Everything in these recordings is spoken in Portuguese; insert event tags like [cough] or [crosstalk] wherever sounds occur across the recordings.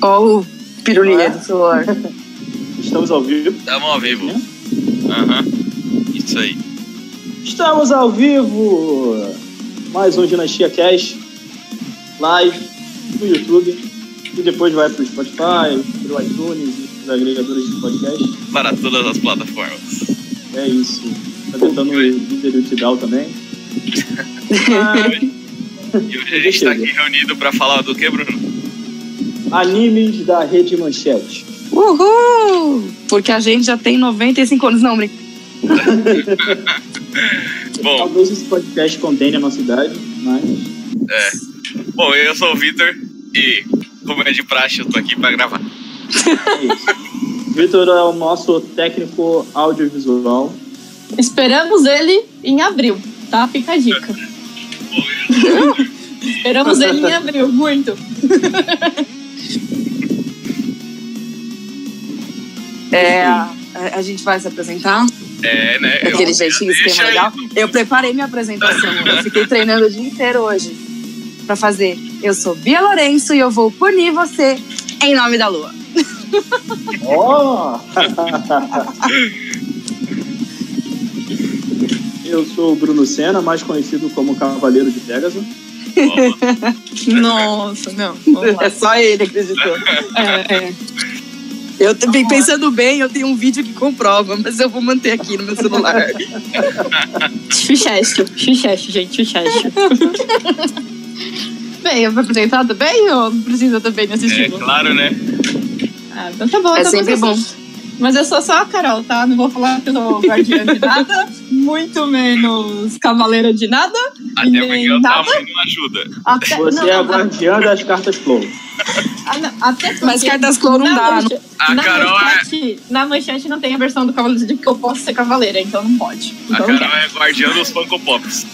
Ó o pirulinha do celular. Estamos ao vivo. Estamos ao vivo. Aham. Isso aí. Estamos ao vivo! Mais um Dinastia Cast, live no YouTube, e depois vai pro Spotify, pro iTunes e pros agregadores de podcast. Para todas as plataformas. É isso. Tá tentando Oi. líder e Tidal também. Ah, E hoje a gente está aqui reunido para falar do que, Bruno? Ah, Animes da Rede Manchete. Uhul! Porque a gente já tem 95 anos, não, brinca. Bom, Talvez esse podcast contenha a nossa idade, mas é. Bom, eu sou o Vitor e, como é de praxe, eu tô aqui para gravar. é isso. Vitor é o nosso técnico audiovisual. Esperamos ele em abril, tá? Fica a [laughs] dica. Esperamos ele em abril, muito. É, a, a gente vai se apresentar É, né? eu- daquele jeitinho, deixa esquema aí. legal. Eu preparei minha apresentação, eu fiquei treinando o dia inteiro hoje pra fazer. Eu sou Bia Lourenço e eu vou punir você em nome da lua. Ó! [laughs] Eu sou o Bruno Senna, mais conhecido como Cavaleiro de Pegasus. Ó, Nossa, não. Vamos lá. É só ele que acreditou. É, é. Eu t- bem, pensando bem, eu tenho um vídeo que comprova, mas eu vou manter aqui no meu celular. Ficheste, ficheste, gente, ficheste. [laughs] Bem, eu vou apresentar também ou não precisa também nesse É então. estilo? claro, né? Ah, então tá bom. É então sempre eu sou- bom. Mas eu sou só a Carol, tá? Não vou falar que eu sou guardiã de [laughs] nada, muito menos cavaleira de nada. Até porque o Nada. tamanho não ajuda. Até, Você não, é a não, guardiã das cartas Flow. Ah, não, Até Mas porque cartas cloro não na dá, manche- Ah, A na Carol manchete, é. na manchete não tem a versão do Cavaleiro de que eu posso ser cavaleira, então não pode. Ah, A Então, Carol é guardiã dos Funko Pops.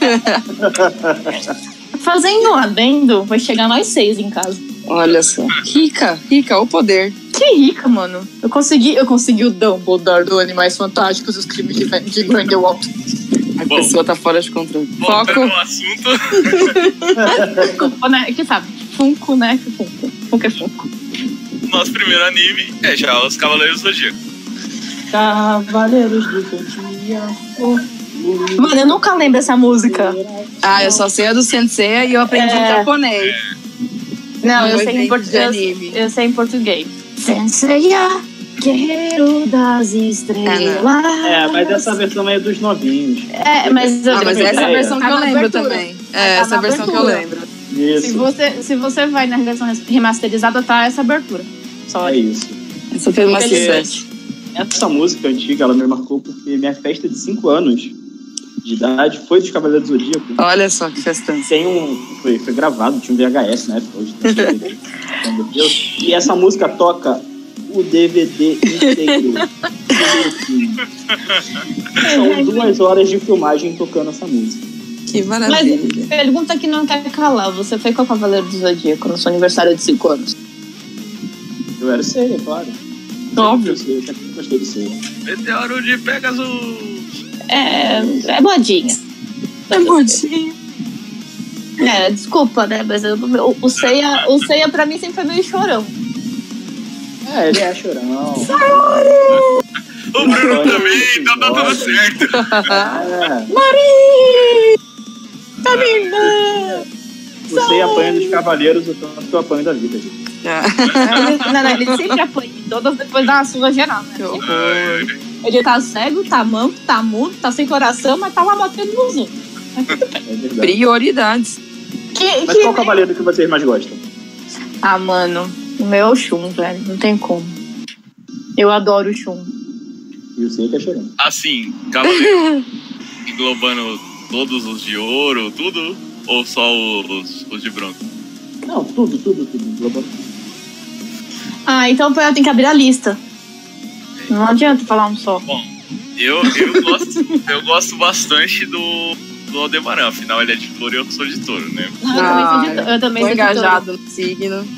é. Fazendo um adendo, vai chegar nós seis em casa. Olha só. Rica, rica, o poder. Que rica, mano. Eu consegui, eu consegui o Dumbledore do Animais Fantásticos e os crimes de, de Grindelwald. [laughs] A Bom. pessoa tá fora de controle. Voltando Foco. ao assunto. [laughs] Desculpa, né? Que sabe, Funko, né? Funko. Funko é Funko. Nosso primeiro anime é já Os Cavaleiros do Zodíaco. Cavaleiros do Zodíaco. Mano, eu nunca lembro essa música. Ah, eu só sei a do Sensei e eu aprendi É. em japonês. Não, é eu Dois sei dentes em de português. anime. Eu sei em português. Senseia, guerreiro das né? estrelas. É, mas essa versão aí é dos novinhos. É, mas eu Ah, mas tenho essa é a ideia. versão que Tá eu na lembro abertura. também. É, Tá essa na versão que eu abertura. lembro. É. Se Isso. você, se você vai na versão remasterizada, tá essa abertura. Só É isso. Essa fez uma Infelizmente. sucesso. Essa música antiga, ela me marcou porque minha festa de 5 anos de idade foi dos Cavaleiros do Zodíaco. Olha só que festança. tem um. Foi, foi gravado, tinha um VHS na época, hoje [laughs] tem DVD, pelo amor de Deus. E essa música toca o DVD [laughs] inteiro. [laughs] São duas horas de filmagem tocando essa música. Que maravilha. Pergunta que não quer calar. Você foi com o Cavaleiro do Zodíaco no seu aniversário de 5 anos? Eu era sério, claro. Então, Óbvio. Eu sempre gostei de ser. Meteoro de Pegasus. É, é modinha. É [laughs] bonitinho. É, desculpa, né? Mas eu, o, o, ceia, o ceia pra mim sempre foi meio chorão. É, ele é chorão. O Bruno também, então tá tudo certo. É. Você apanha dos cavaleiros o tanto que eu apanho da vida. gente. É, Ele, não, não, ele sempre apanha em todas depois da sua geral, né? Que horror. Ele tá cego, tá manco, tá mudo, tá sem coração, mas tá lá batendo no zoom. É verdade. Prioridades. Que, Mas qual que... cavaleiro que vocês mais gostam? Ah, mano, o meu é o Shun, velho. Não tem como. Eu adoro o Shun. E o sei que é chorão. Assim, Cavaleiro [laughs] englobando todos os de ouro, tudo? Ou só os, os de bronze? Não, tudo, tudo, tudo. englobando tudo. Ah, então eu tenho que abrir a lista. Não adianta falar um só. Eu, eu, gosto, eu gosto bastante do, do Aldebaran, afinal ele é de flor e eu sou de touro, né? Ah, eu também Tô sou de- eu também sou de touro. engajado no signo.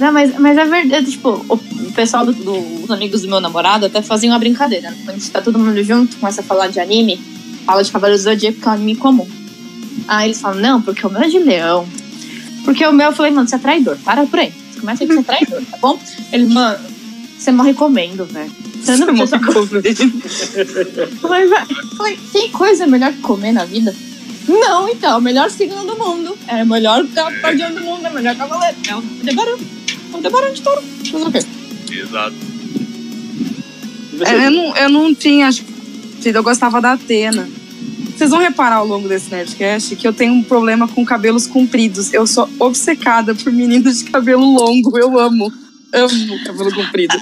Não, mas, mas é verdade, tipo, o pessoal dos amigos do meu namorado até faziam uma brincadeira. né? Quando a gente tá todo mundo junto, começa a falar de anime, fala de Cavaleiros do Zodíaco, que é um anime comum. Aí eles falam, não, porque o meu é de leão. Porque o meu, eu falei, mano, você é traidor, para por aí. por mais que ele seja traidor, tá bom? Ele, mano, você morre comendo, velho. Você é não precisa. [laughs] Falei, "Vai." Falei, tem coisa melhor que comer na vida? Não, então, o melhor signo do mundo. Era o melhor guardião do mundo, é o melhor cavaleiro. É o Debarão. É o Debarão de touro. Fazer o quê? Exato. E você? É, Eu não, eu não tinha tido, eu gostava da Atena. Vocês vão reparar ao longo desse Nerdcast que eu tenho um problema com cabelos compridos. Eu sou obcecada por meninos de cabelo longo. Eu amo. Amo cabelo comprido.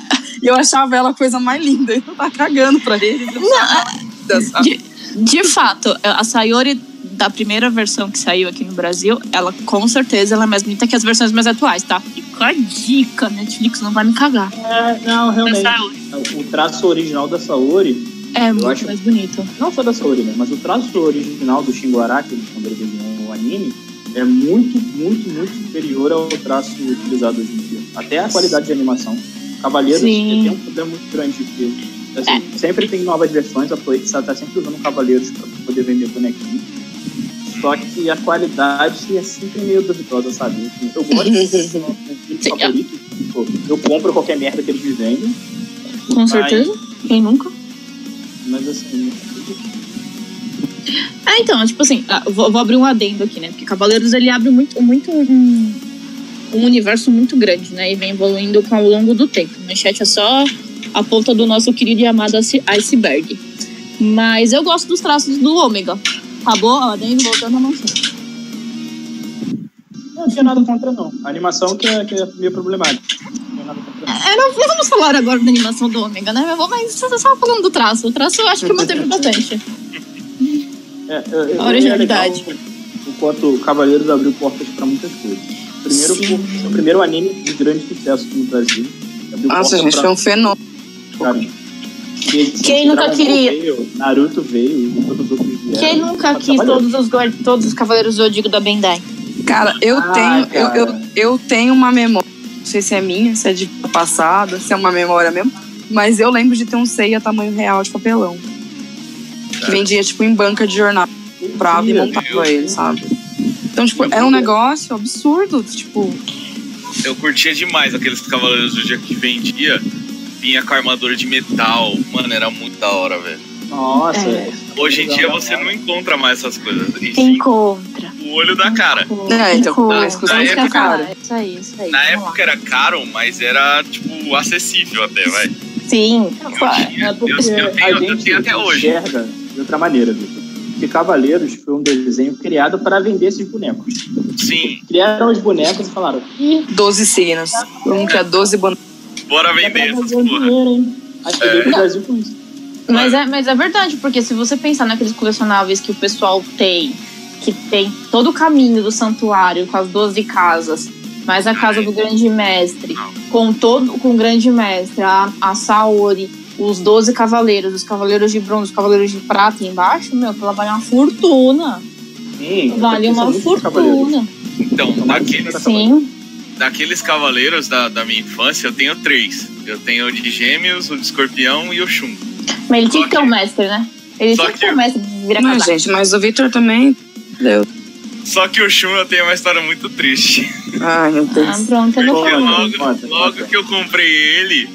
E eu achava ela a coisa mais linda. Eu tava cagando pra ele. Não. De fato, a Sayori da primeira versão que saiu aqui no Brasil, ela com certeza ela é mais bonita que as versões mais atuais, tá? Fica a dica, Netflix não vai me cagar. É, não, realmente. O traço original da Saori, É muito acho- mais bonito. não só da Saori, né? Mas o traço original do Shingo Araki, quando ele desenhou o anime, é muito, muito, muito superior ao traço utilizado hoje em dia. Até a qualidade de animação. Cavaleiros Sim. É. tem um problema muito grande porque assim, sempre tem novas versões, a Toei está tá sempre usando Cavaleiros para poder vender bonequinho. Só que a qualidade é sempre meio duvidosa, sabe? Enfim, Eu gosto [laughs] de um filme Sim, é. favorito. tipo, Eu compro qualquer merda que eles me vendem, Com certeza. Quem nunca? mas assim, Ah, então, tipo assim, ah, vou, vou abrir um adendo aqui, né? Porque Cavaleiros ele abre muito, muito um, um universo muito grande, né? E vem evoluindo com ao longo do tempo. Manchete é só a ponta do nosso querido e amado ice- iceberg. Mas eu gosto dos traços do ômega. Acabou, ó, nem voltando a mansão. Não tinha nada contra, não. A animação que é, que é meio problemática. Não tinha nada contra, não. É, não, não vamos falar agora da animação do ômega, né? Mas- Mas você estava falando do traço. O traço eu acho que manteve bastante. É, é, é, A originalidade. é legal o- O quanto Cavaleiros abriu portas pra muitas coisas. Primeiro, Sim. o, o primeiro anime de grande sucesso no Brasil. Abriu Nossa, porta gente, pra- é um fenômeno. cara, Quem nunca Dragon Ball queria? Veio, Naruto veio, e todos os outros vieram. Quem nunca Mas quis Cavaleiros- todos os, guard- todos os Cavaleiros Zodíaco da Bandai? Cara, eu Ah, tenho. cara. Eu, eu, eu tenho uma memória. Não sei se é minha, se é de passada, se é uma memória mesmo. Mas eu lembro de ter um ceia tamanho real de papelão. Que vendia, tipo, em banca de jornal. Comprava e Meu montava Deus. ele, sabe? Então, tipo, era um negócio absurdo. Tipo, Eu curtia demais aqueles cavaleiros do dia que vendia. Vinha com armadura de metal. Mano, era muito da hora, velho. Nossa, É. Hoje em dia você não encontra mais essas coisas. E Quem sim, contra? o olho da cara. É, então, Quem mas contra? custa Isso que eu ia caro. falar, Isso aí, isso aí. Na vamos lá. época era caro, mas era, tipo, acessível até, vai. Sim, claro. tinha- é porque- eu- eu- né? a tenho- gente é. tenho até hoje. enxerga de outra maneira, Vitor. Porque Cavaleiros foi um desenho criado para vender esses bonecos. Sim, Criaram os bonecos e falaram, 12 signos. Um que é 12 bonecos. bora Dá pra vender essas fazer um porra. dinheiro, hein? Acho que veio pro Brasil com isso. Mas é, mas é verdade, porque se você pensar naqueles colecionáveis que o pessoal tem, que tem todo o caminho do santuário com as 12 casas, mais a casa do grande mestre, com todo com o grande mestre, a, a Saori, os 12 cavaleiros, os cavaleiros de bronze, os cavaleiros de prata embaixo, meu, aquilo vale uma fortuna. Sim, Vale eu sou uma muito Cavaleiros. fortuna. Então, Tomara que daqueles, seja Sim. daqueles cavaleiros da, da minha infância, eu tenho três. Eu tenho o de gêmeos, o de escorpião e o chum. Mas ele tinha que ter um mestre, né? Ele Só tinha que ter que- um mestre de virar Não, casaco. gente, mas o Victor também. Deus. Só que o chum eu tenho uma história muito triste. Ai, meu Ah, Deus. pronto, eu não Porque Porque falo. não- logo, conta, logo conta. que eu comprei ele,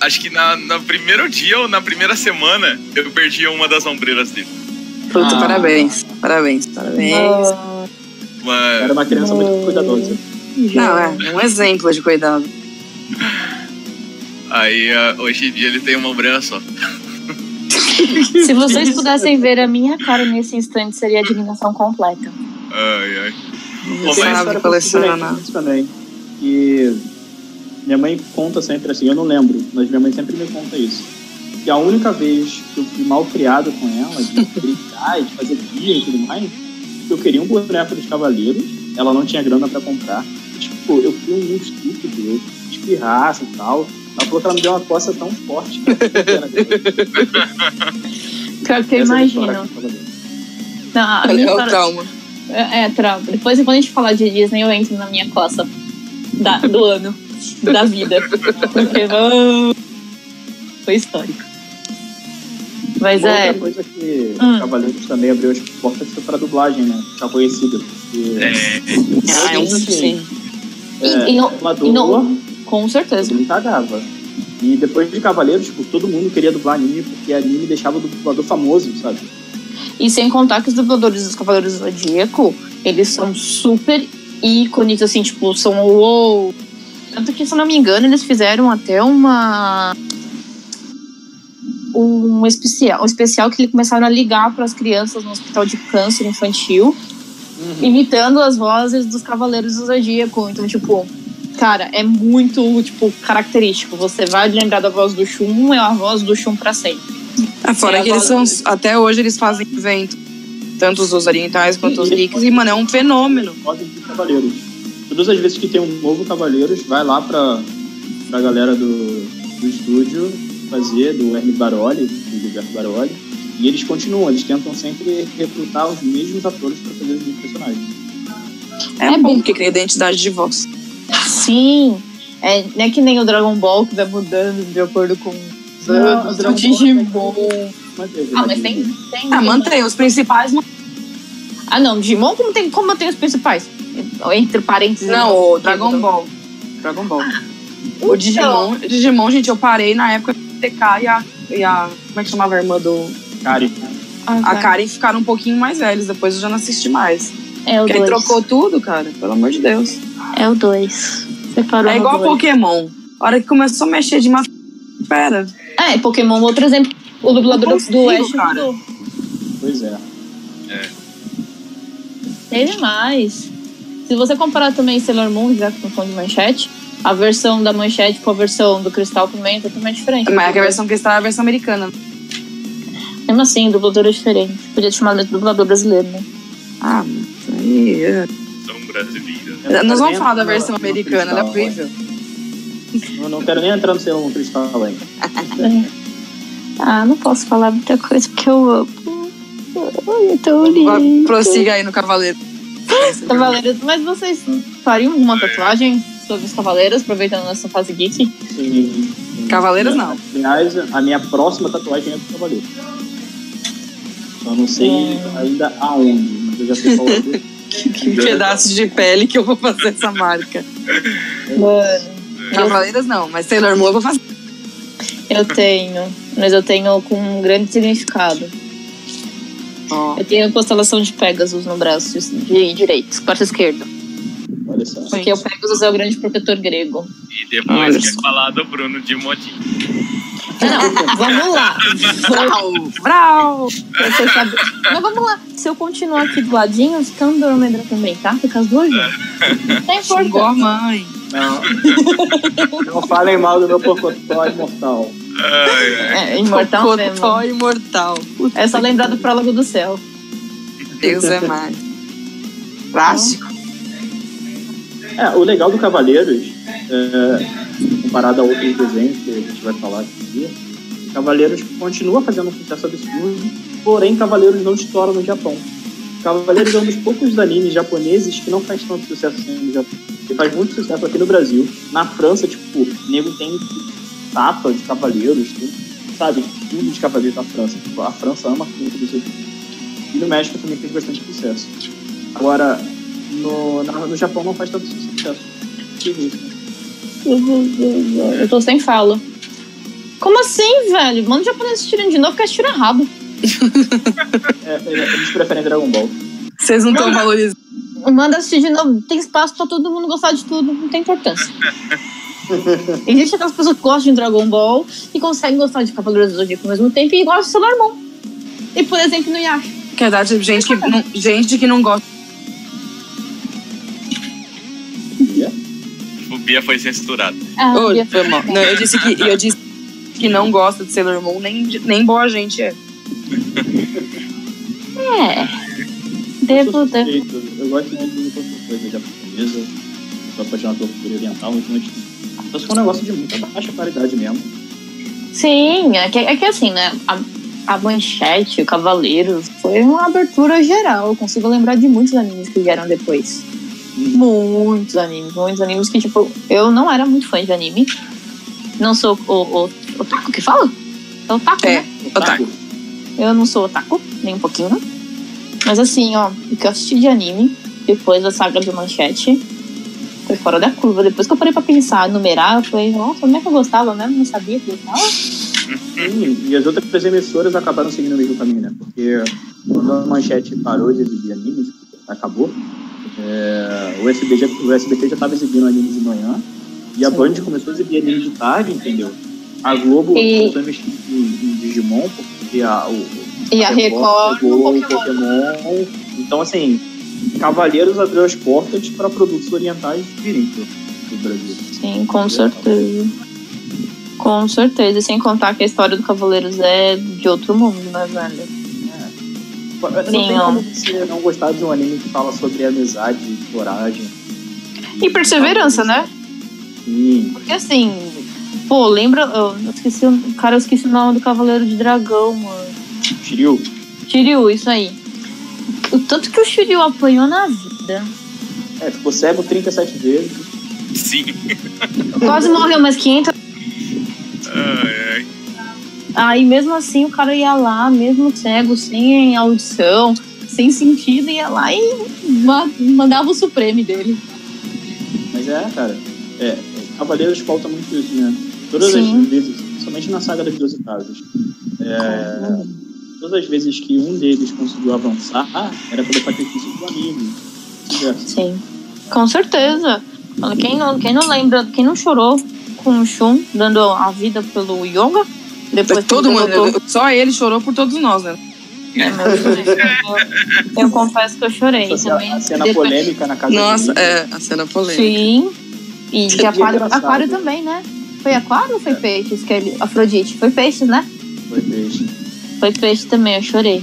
acho que na, no primeiro dia ou na primeira semana, eu perdi uma das ombreiras dele. Puta, Ah. parabéns. Parabéns, parabéns. Ah. Mas, Era uma criança muito cuidadosa. Não, é um exemplo de cuidado. aí, ah, hoje em dia, ele tem uma ombreira só. Se vocês pudessem ver a minha cara nesse instante, seria a indignação completa. Ai, ai. Não mas- sabe né? colecionar. também. E minha mãe conta sempre assim, eu não lembro, mas minha mãe sempre me conta isso. Que a única vez que eu fui mal criado com ela, de gritar e de fazer guia e tudo mais, que eu queria um boneco dos cavaleiros, ela não tinha grana pra comprar. E, tipo, eu fui um estúpido, eu espirraço e tal. Ela falou que ela me deu uma coça tão forte que eu fiquei com pena dela. Pior que Essa eu é a minha imagino. história com Cavaleiros. Não, a minha Olha o história- trauma. É, é, trauma. Depois, quando a gente falar de Disney, eu entro na minha coça da- do ano, da vida. [laughs] Porque ah, foi histórico. Mas Uma é. outra coisa que Hum. Cavaleiros também abriu as portas foi pra dublagem, né? Já conhecida. Porque É, Ah, é um sim. É E, e não, dublador, e não- com certeza. ele cagava. E depois de Cavaleiros, tipo, todo mundo queria dublar anime, porque anime deixava o dublador famoso, sabe? E sem contar que os dubladores dos Cavaleiros do Zodíaco, eles são super ícones, assim, tipo, são uou. Tanto que, se eu não me engano, eles fizeram até uma. Um especial, um especial que eles começaram a ligar para as crianças no hospital de câncer infantil, imitando as vozes dos Cavaleiros do Zodíaco. Então, tipo, cara, é muito, tipo, característico. Você vai lembrar da voz do Shun, é a voz do Shun para sempre. Ah, fora É, que eles são. agora- Até hoje eles fazem evento. Tanto os orientais quanto os geeks. E, mano, é um fenômeno. Ordem de Cavaleiros. Todas as vezes que tem um novo Cavaleiros, vai lá pra, pra galera do, do estúdio fazer, do Hermes Baroli, do Gilberto Baroli. E eles continuam, eles tentam sempre recrutar os mesmos atores pra fazer os mesmos personagens. É, É bom bom. porque cria identidade de voz. Sim, é, não é que nem o Dragon Ball que vai mudando de acordo com os Não, anos, o Dragon o Digimon. Mas é Ah, mas verdade, tem, né? tem. Ah, mantém os principais. mas- Ah, não, Digimon como tem como mantém os principais? Entre parênteses. Não, o Dragon Ball. Dragon Ball. O Digimon, Digimon, gente, eu parei na época do TK e a, e a. Como é que chamava a irmã do. Karen. né? Ah, tá. A Karen ficaram um pouquinho mais velhos, depois eu já não assisti mais. É o Porque ele 2. trocou tudo, cara, pelo amor de Deus. É o 2. Separou É igual Pokémon. A hora que começou a mexer de uma. Pera. É, Pokémon, outro exemplo. O dublador Não do consigo, Ash cara. mudou. Pois é. Teve mais. Se você comparar também Sailor Moon, já que não falando de manchete, a versão da manchete com a versão do Cristal também é totalmente diferente. Mas a versão que está é a versão americana. Mesmo assim, o dublador é diferente. Podia te chamar de dublador brasileiro, né? Ah, mano, isso aí. é- São brasileira. Nós vamos falar da No- versão no americana, não é Cristal, possível? Eu não quero nem entrar no seu um cristal ainda. É. Ah, não posso falar muita coisa porque eu amo. Ai, é tão Vai, lindo. Prossiga aí no Cavaleiro. Cavaleiros, mas vocês fariam alguma tatuagem sobre os Cavaleiros, aproveitando essa fase geek? Sim. Cavaleiros não. Aliás, a minha próxima tatuagem é do Cavaleiro. Só não sei ainda aonde, mas eu já sei qual é. Que pedaços de pele que eu vou fazer essa marca. [laughs] Cavaleiros não, mas Sailor Moon eu vou fazer. Eu tenho, mas eu tenho com um grande significado. Ó, Eu tenho a constelação de Pegasus no braço assim, de direito, parte esquerda. Olha só. Porque o Pegasus é o grande protetor grego. E Olha depois quer só. falar do Bruno de Motinho. Não, vamos lá. Vrau, [laughs] vrau. Você sabe- Mas vamos lá. Se eu continuar aqui do ladinho, fica Andrômeda também, tá? Fica as duas juntas. Tá Xingou a importante. mãe. Não, não falem mal do meu porcotó imortal. É, imortal mesmo. Cotó imortal. Puta É só lembrar do prólogo do céu. Deus é mais. Plástico. É, o legal do Cavaleiros, é, comparado a outros desenhos que a gente vai falar aqui, Cavaleiros continua fazendo um sucesso absurdo, porém Cavaleiros não estoura no Japão. Cavaleiros é um dos poucos animes japoneses que não faz tanto sucesso assim no Japão. Ele faz muito sucesso aqui no Brasil. Na França, tipo, o nego tem tapa de Cavaleiros, tem, sabe, tudo de Cavaleiros na França. Tipo, a França ama muito isso. E no México também fez bastante sucesso. Agora, no, na- no Japão não faz tanto sucesso. Que isso, né? É, Eu tô sem fala. Como assim, velho? Manda o japonês se tirando de novo, porque tira rabo. É, é, eles preferem Dragon Ball. Vocês não estão valorizando. Manda assistir de novo. Tem espaço pra todo mundo gostar de tudo. Não tem importância. Existe aquelas pessoas que gostam de Dragon Ball e conseguem gostar de Cavaleiros do Zodíaco ao mesmo tempo e gostam de Sailor Moon. E, por exemplo, no Yasha. Que é da tipo, gente que não, gente que não gosta. E é. O Bia foi censurado. Ah, Ô, Bia. foi mal. Não, eu disse que eu disse que não gosta de Sailor Moon, nem, de- nem boa gente é. É. Eu sou Devo, devo. suspeito, Eu gosto de tudo quanto coisa japonesa. Eu sou apaixonado pela cultura oriental, então tipo, só se for um negócio de muita baixa qualidade mesmo. Sim, é que, é que assim, né? A, a manchete, o Cavaleiros, foi uma abertura geral. Eu consigo lembrar de muitos animes que vieram depois. Muitos animes, muitos animes que, tipo, eu não era muito fã de anime. Não sou o, o, o Taco que fala? É o Taco, É. né? Otaku. Eu não sou otaku, nem um pouquinho. Mas assim, ó, o que eu assisti de anime, depois da saga de manchete, foi foi fora da curva. Depois que eu parei pra pensar, numerar, eu falei, nossa, como é que eu gostava mesmo? Não sabia que eu gostava. Sim, e as outras emissoras acabaram seguindo o mesmo caminho, né? Porque quando a manchete parou de exibir animes, acabou, é, o, SB já, o SBT já estava exibindo animes de manhã, e a Sim. Band começou a exibir animes de tarde, entendeu? A Globo E- começou a investir em, em Digimon, porque a, o, E a Record no pegou o Pokémon. Pokémon. Então, assim, Cavaleiros abriu as portas para produtos orientais virem pro, pro Brasil. Sim, com certeza. Com certeza. E sem contar que a história do Cavaleiros é de outro mundo, né, velho? Não Sim, tem ó. como você não gostar de um anime que fala sobre amizade, coragem. E perseverança, né? Sim. Porque assim, pô, lembra. Eu esqueci, o- cara, eu esqueci o nome do Cavaleiro de Dragão, mano. Shiryu, Shiryu, isso aí. O tanto que o Shiryu apanhou na vida. é, ficou cego 37 vezes. Sim. Quase morreu umas 500 Ai, ai. Aí mesmo assim o cara ia lá, mesmo cego, sem audição, sem sentido, ia lá e ma- mandava o Supreme dele. Mas é, cara. É, Cavaleiros falta muito isso, né? Todas Sim. as vezes, principalmente na saga das 12 casas. É, todas as vezes que um deles conseguiu avançar, era pelo sacrifício do amigo. Diverso. Sim. Com certeza. Mano, Quem não, quem não lembra, quem não chorou com o Shun dando a vida pelo Yoga? Depois que Todo ele mundo, né? derrotou- só ele chorou por todos nós, né? Eu confesso que eu chorei Essa também. a cena Depois- polêmica na casa Nossa, dele. é, a cena polêmica. Sim. E de é aquário, engraçado. aquário também, né? Foi aquário ou foi É. peixes? Que ele, Afrodite? Foi peixes, né? Foi beijo. Foi peixe também, eu chorei.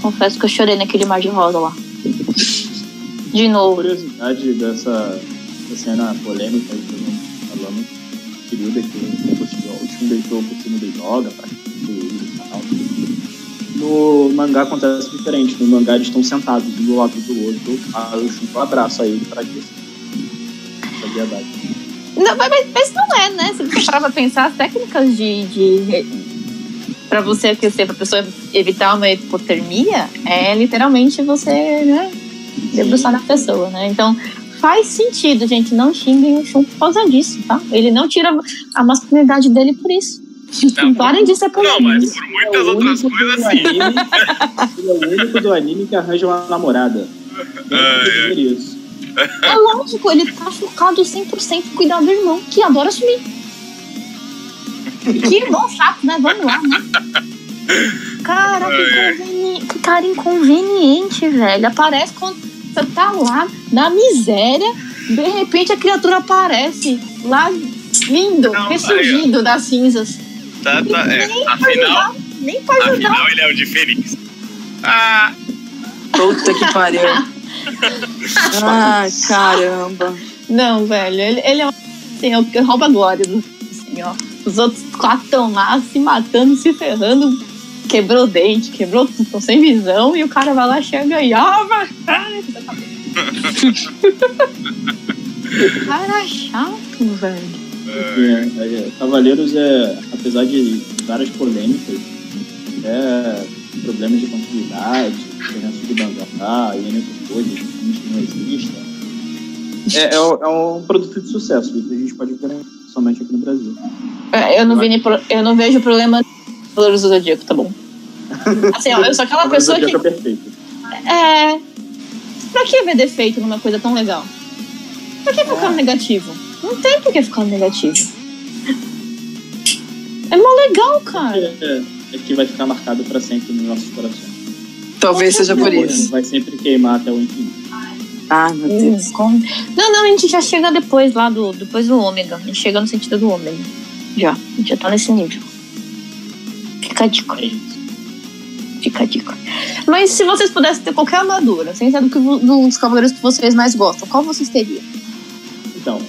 Confesso que eu chorei naquele mar de rosa lá. De Uma novo. curiosidade dessa, dessa cena polêmica aí que eu falando, período né? que o Kushino- o time deitou por cima do Yoga, pra e tal. No mangá acontece diferente, no mangá eles estão sentados um do lado do outro, aí o Shunko abraça ele pra que Essa é a verdade. Não, mas, mas- mas não é, né? Se você parar pra pensar, as técnicas de. de pra você aquecer, pra pessoa evitar uma hipotermia, é literalmente você, né? Debruçar na pessoa, né? Então. Faz sentido, gente. Não xinguem o Shun por causa disso, tá? Ele não tira a masculinidade dele por isso. Não, Parem de ser Tá não, mas polêmicos. por Ele é muitas o outras único coisas, do [laughs] sim. anime- ele é o único do anime que arranja uma namorada. Tem Ai, que dizer isso. É lógico, ele tá focado 100% em cuidar do irmão, que adora sumir. Que irmão chato, né? Vamos lá, né? Cara, que, conveni... que cara inconveniente, velho. Aparece quando você tá lá na miséria, de repente a criatura aparece lá, lindo, Não, ressurgindo das cinzas. Tá, tá, é. Afinal, Ajudar, nem pra ajudar. afinal, ele é o de Fênix. Ah, Puta que [laughs] pariu. Ai, caramba. Não, velho, ele, ele é um assim, é o que rouba a glória do assim, ó. Os outros quatro estão lá se matando, se ferrando, quebrou o dente, quebrou tudo, estão sem visão, e o cara vai lá, chega e ó, vai- [laughs] ai, que sacanagem. Cara chato, velho. Enfim, é, é, Cavaleiros é, apesar de várias polêmicas, é problemas de continuidade, diferença de mangá e entre coisas, filmes que não existem. É, é um- é um produto de sucesso, isso a gente pode garantir, somente aqui no Brasil. É, Eu não, vi nem pro- eu não vejo problema em Cavaleiros do Zodíaco, [laughs] tá bom? Assim, ó, eu sou aquela Cavaleiros do pessoa que. Zodíaco é perfeito. É. Pra que ver defeito numa coisa tão legal? Pra que ficar no negativo? Não tem por que ficar no negativo. É mó legal, cara. É, é que vai ficar marcado para sempre nos nossos corações. Talvez seja é por Amor, isso. Vai sempre queimar até o infinito. Ai, meu Deus. Como- Não, não, a gente já chega depois lá do. Depois do ômega. A gente chega no sentido do ômega. Já. A gente já tá nesse nível. Fica a dica, É isso. fica a dica. Mas se vocês pudessem ter qualquer armadura, sem ser do que, vo- dos cavaleiros que vocês mais gostam, qual vocês teriam? Então,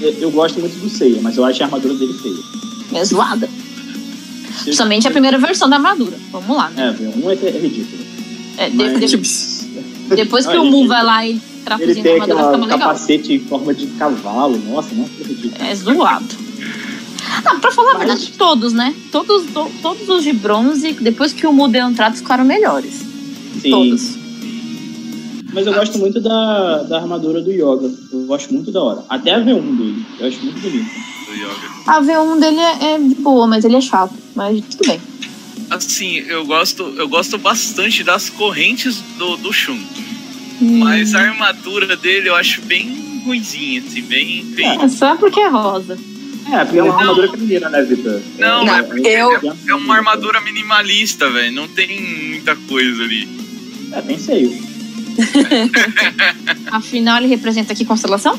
eu, eu gosto muito do Seiya, mas eu acho a armadura dele feia. Minha zoada. Se- Principalmente a primeira versão da armadura. Vamos lá, né? É, um é é ridículo. É, de- Mas- tipo, de- Depois que Ah, o ele- Mu vai lá e Ele trafuzinha tem a armadura, fica aquela mó legal. capacete em forma de cavalo, nossa, não é ridículo. É zoado. Ah, pra falar a Mas- verdade, todos, né? Todos, to- todos os de bronze, depois que o Mu deu um trato, ficaram melhores. Sim. Todos. Mas eu gosto muito da, da armadura do Yoga. Eu gosto muito da hora. Até a V1 dele. Eu acho muito bonito. do Yoga. A V1 dele é, é de boa, mas ele é chato. Mas tudo bem. Assim, eu gosto, eu gosto bastante das correntes do, do Shun. Hum. Mas a armadura dele eu acho bem ruimzinha, assim, bem. bem- É só porque é rosa. É, porque é uma armadura feminina, né, Vitor? Não, Não, é porque eu- é, é uma armadura minimalista, velho. Não tem muita coisa ali. É, bem seio. Afinal, ele representa que constelação?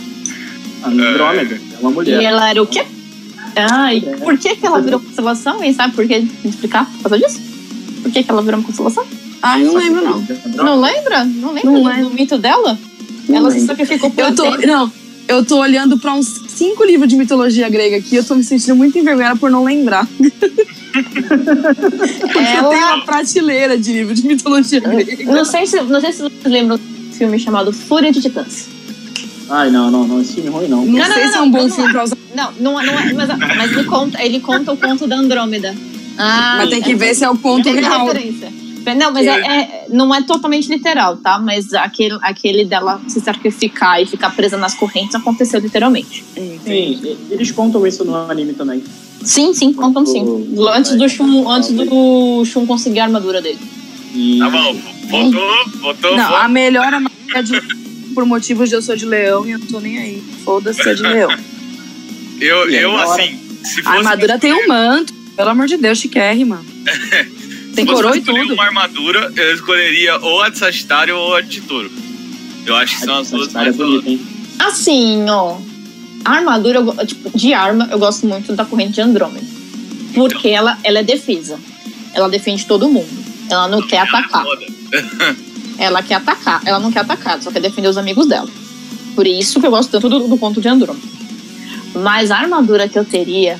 Andrômeda. É uma mulher. E ela era o quê? Ai, É. por que, que ela virou constelação? E sabe por que? Me explicar por causa disso? Por que, que ela virou uma constelação? Ai, não lembro, é não. Não lembra? Não lembra Não do, lembro. do mito dela? Não ela se lembro. sacrificou por Eu tô, Atena. não, eu tô olhando pra uns cinco livros de mitologia grega aqui. Eu tô me sentindo muito envergonhada por não lembrar. Eu tenho Ela, uma prateleira de livro de mitologia grega. não, sei se, não sei se vocês lembram do filme chamado Fúria de Titãs. Ai, não, não, não. Esse filme é ruim, não. Não, Não, não, sei não, se é um não, bom não. filme pra usar. Não, não, é- não é, mas, mas ele, conta, ele conta o conto da Andrômeda. Ah, Mas tem que ver se é o ponto Tem que ter real. referência. Não, mas é, é- não é totalmente literal, tá? Mas aquele, aquele dela se sacrificar e ficar presa nas correntes aconteceu literalmente. Sim, e- eles contam isso no anime também. Sim, sim, contam sim. Contou. Antes do Shun, antes do Shun conseguir a armadura dele. E... Tá bom, voltou, voltou, Não, voltou. a melhor é magia de- por motivos de eu sou de leão e eu não tô nem aí. Foda-se, sou de leão. Eu, E eu agora? assim, se fosse. A armadura tem um manto. Pelo amor de Deus, [laughs] chiquérrima. Tem Se fosse coroa pra e escolher tudo. uma armadura, eu escolheria ou a de Sagitário ou a de Touro. Eu acho que são as Essa duas história é mais boas. bonita, hein? Assim, ó. A armadura, eu go- tipo, de arma, eu gosto muito da corrente de Andrômeda. Porque ela, ela é defesa. Ela defende todo mundo. Ela não quer atacar. Foda. Ela quer atacar, ela não quer atacar, ela só quer defender os amigos dela. Por isso que eu gosto tanto do, do conto de Andrômeda. Mas a armadura que eu teria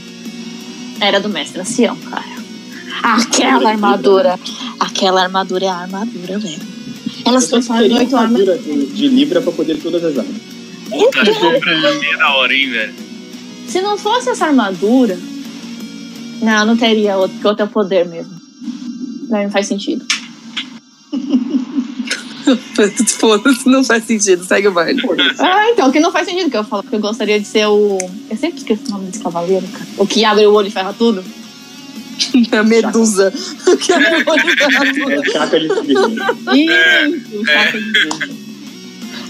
era do mestre ancião, cara. Aquela armadura. Aquela armadura é a armadura, velho. Ela se Eu só transforma em queria oito uma armas. armadura de, de Libra pra poder todas as armas. Puta, que da hora, hein, velho. Se não fosse essa armadura, não, não teria outro, porque outro é o poder mesmo. Pra mim não faz sentido. Foda-se, [laughs] não faz sentido. Segue o baile. Ah, então, o que não faz sentido que eu falo, porque eu gostaria de ser o. Eu sempre esqueço o nome desse cavaleiro, cara. O que abre o olho e ferra tudo. A medusa. É chakra de Libra. É, Isso, saca de Deus.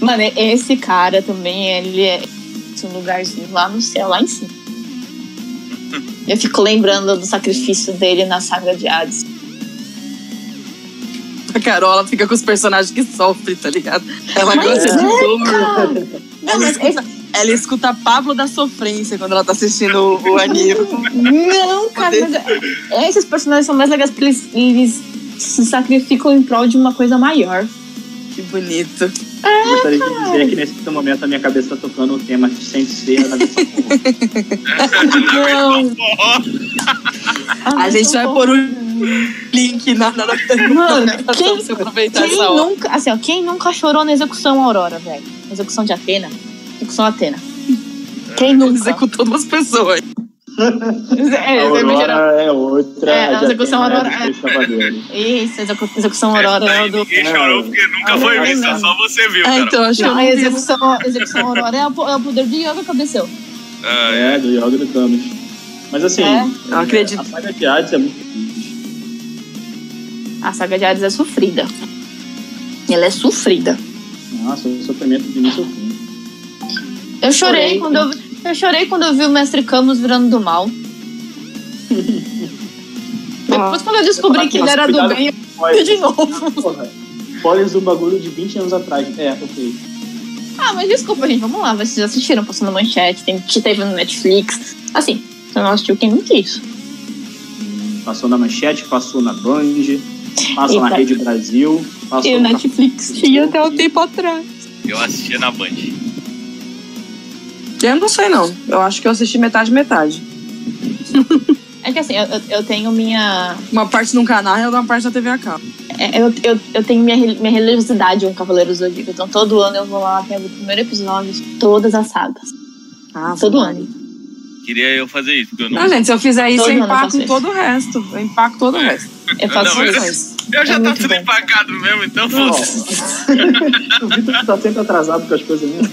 Mano, esse cara também, ele é um lugarzinho lá no céu, lá em cima. Eu fico lembrando do sacrifício dele na saga de Hades. A Carola fica com os personagens que sofrem, tá ligado? Ela Mas gosta de é, dor. Não, mas esse- Ela escuta Pablo da Sofrência quando ela tá assistindo o, o anime. não, cara, mas esses personagens são mais legais porque eles, eles se sacrificam em prol de uma coisa maior. Que bonito. Eu Gostaria de dizer que nesse momento a minha cabeça tá tocando o tema sem ser na versão porra. Não. Ah, A gente vai pôr o link na... na, na Mano, [laughs] pra quem- você aproveitar Quem essa hora. nunca, assim, ó, quem nunca chorou na execução Aurora, velho? Na Execução de Atena. Execução Atena. Quem nunca? Executou duas pessoas. [laughs] É, execução- Aurora é outra. É, a já execução tem Aurora mais é- dois cavaleiros. Isso, execu- execução Aurora é o do. Ninguém chorou porque nunca Ah, foi não, vista, não. só você É, viu, Ah, cara. então, acho Não, a que eu não vi. execução, execução Aurora é o po- é o poder de yoga que aconteceu. Ah, é. É, do Yoga e do Thanos. Mas assim, É, eu acredito. a saga de Hades é muito difícil. A saga de Hades é sofrida. Ela é sofrida. Nossa, o sofrimento de início ao fim. Eu chorei Chorei. quando eu, eu chorei quando eu vi o mestre Camus virando do [laughs] mal. Depois quando eu descobri que ele era do Cuidado bem, com eu spoilers. vi de novo. Porra, Spoilers do bagulho de 20 anos atrás. É, ok. Ah, mas desculpa, gente, vamos lá. Vocês assistiram Passando Manchete, tem, teve no Netflix. Assim, você não assistiu quem não quis. Passou na Manchete, passou na Band, passou na Eita. Rede Brasil, E passou o na... Netflix. Tinha até um tempo atrás. Eu assistia na Band. Eu não sei, não. Eu acho que eu assisti metade, metade. É que assim, eu, eu- eu tenho minha. Uma parte num canal e outra parte na TV a cabo. é, Eu, eu, eu tenho minha, reli- minha religiosidade com Cavaleiros do Zodíaco. Então todo ano eu vou lá, pego o primeiro episódio de todas as sagas. Ah, Todo ano. Queria eu fazer isso, porque eu não. Não, gente, se eu fizer isso, Todo eu ano eu faço impacto isso. todo o resto. Eu impacto todo o resto. Eu faço Não, mas- isso. Eu já É tá muito tudo bom. empacado mesmo, então Não, foda-se. [laughs] o Vitor tá sempre atrasado com as coisas né? mesmo.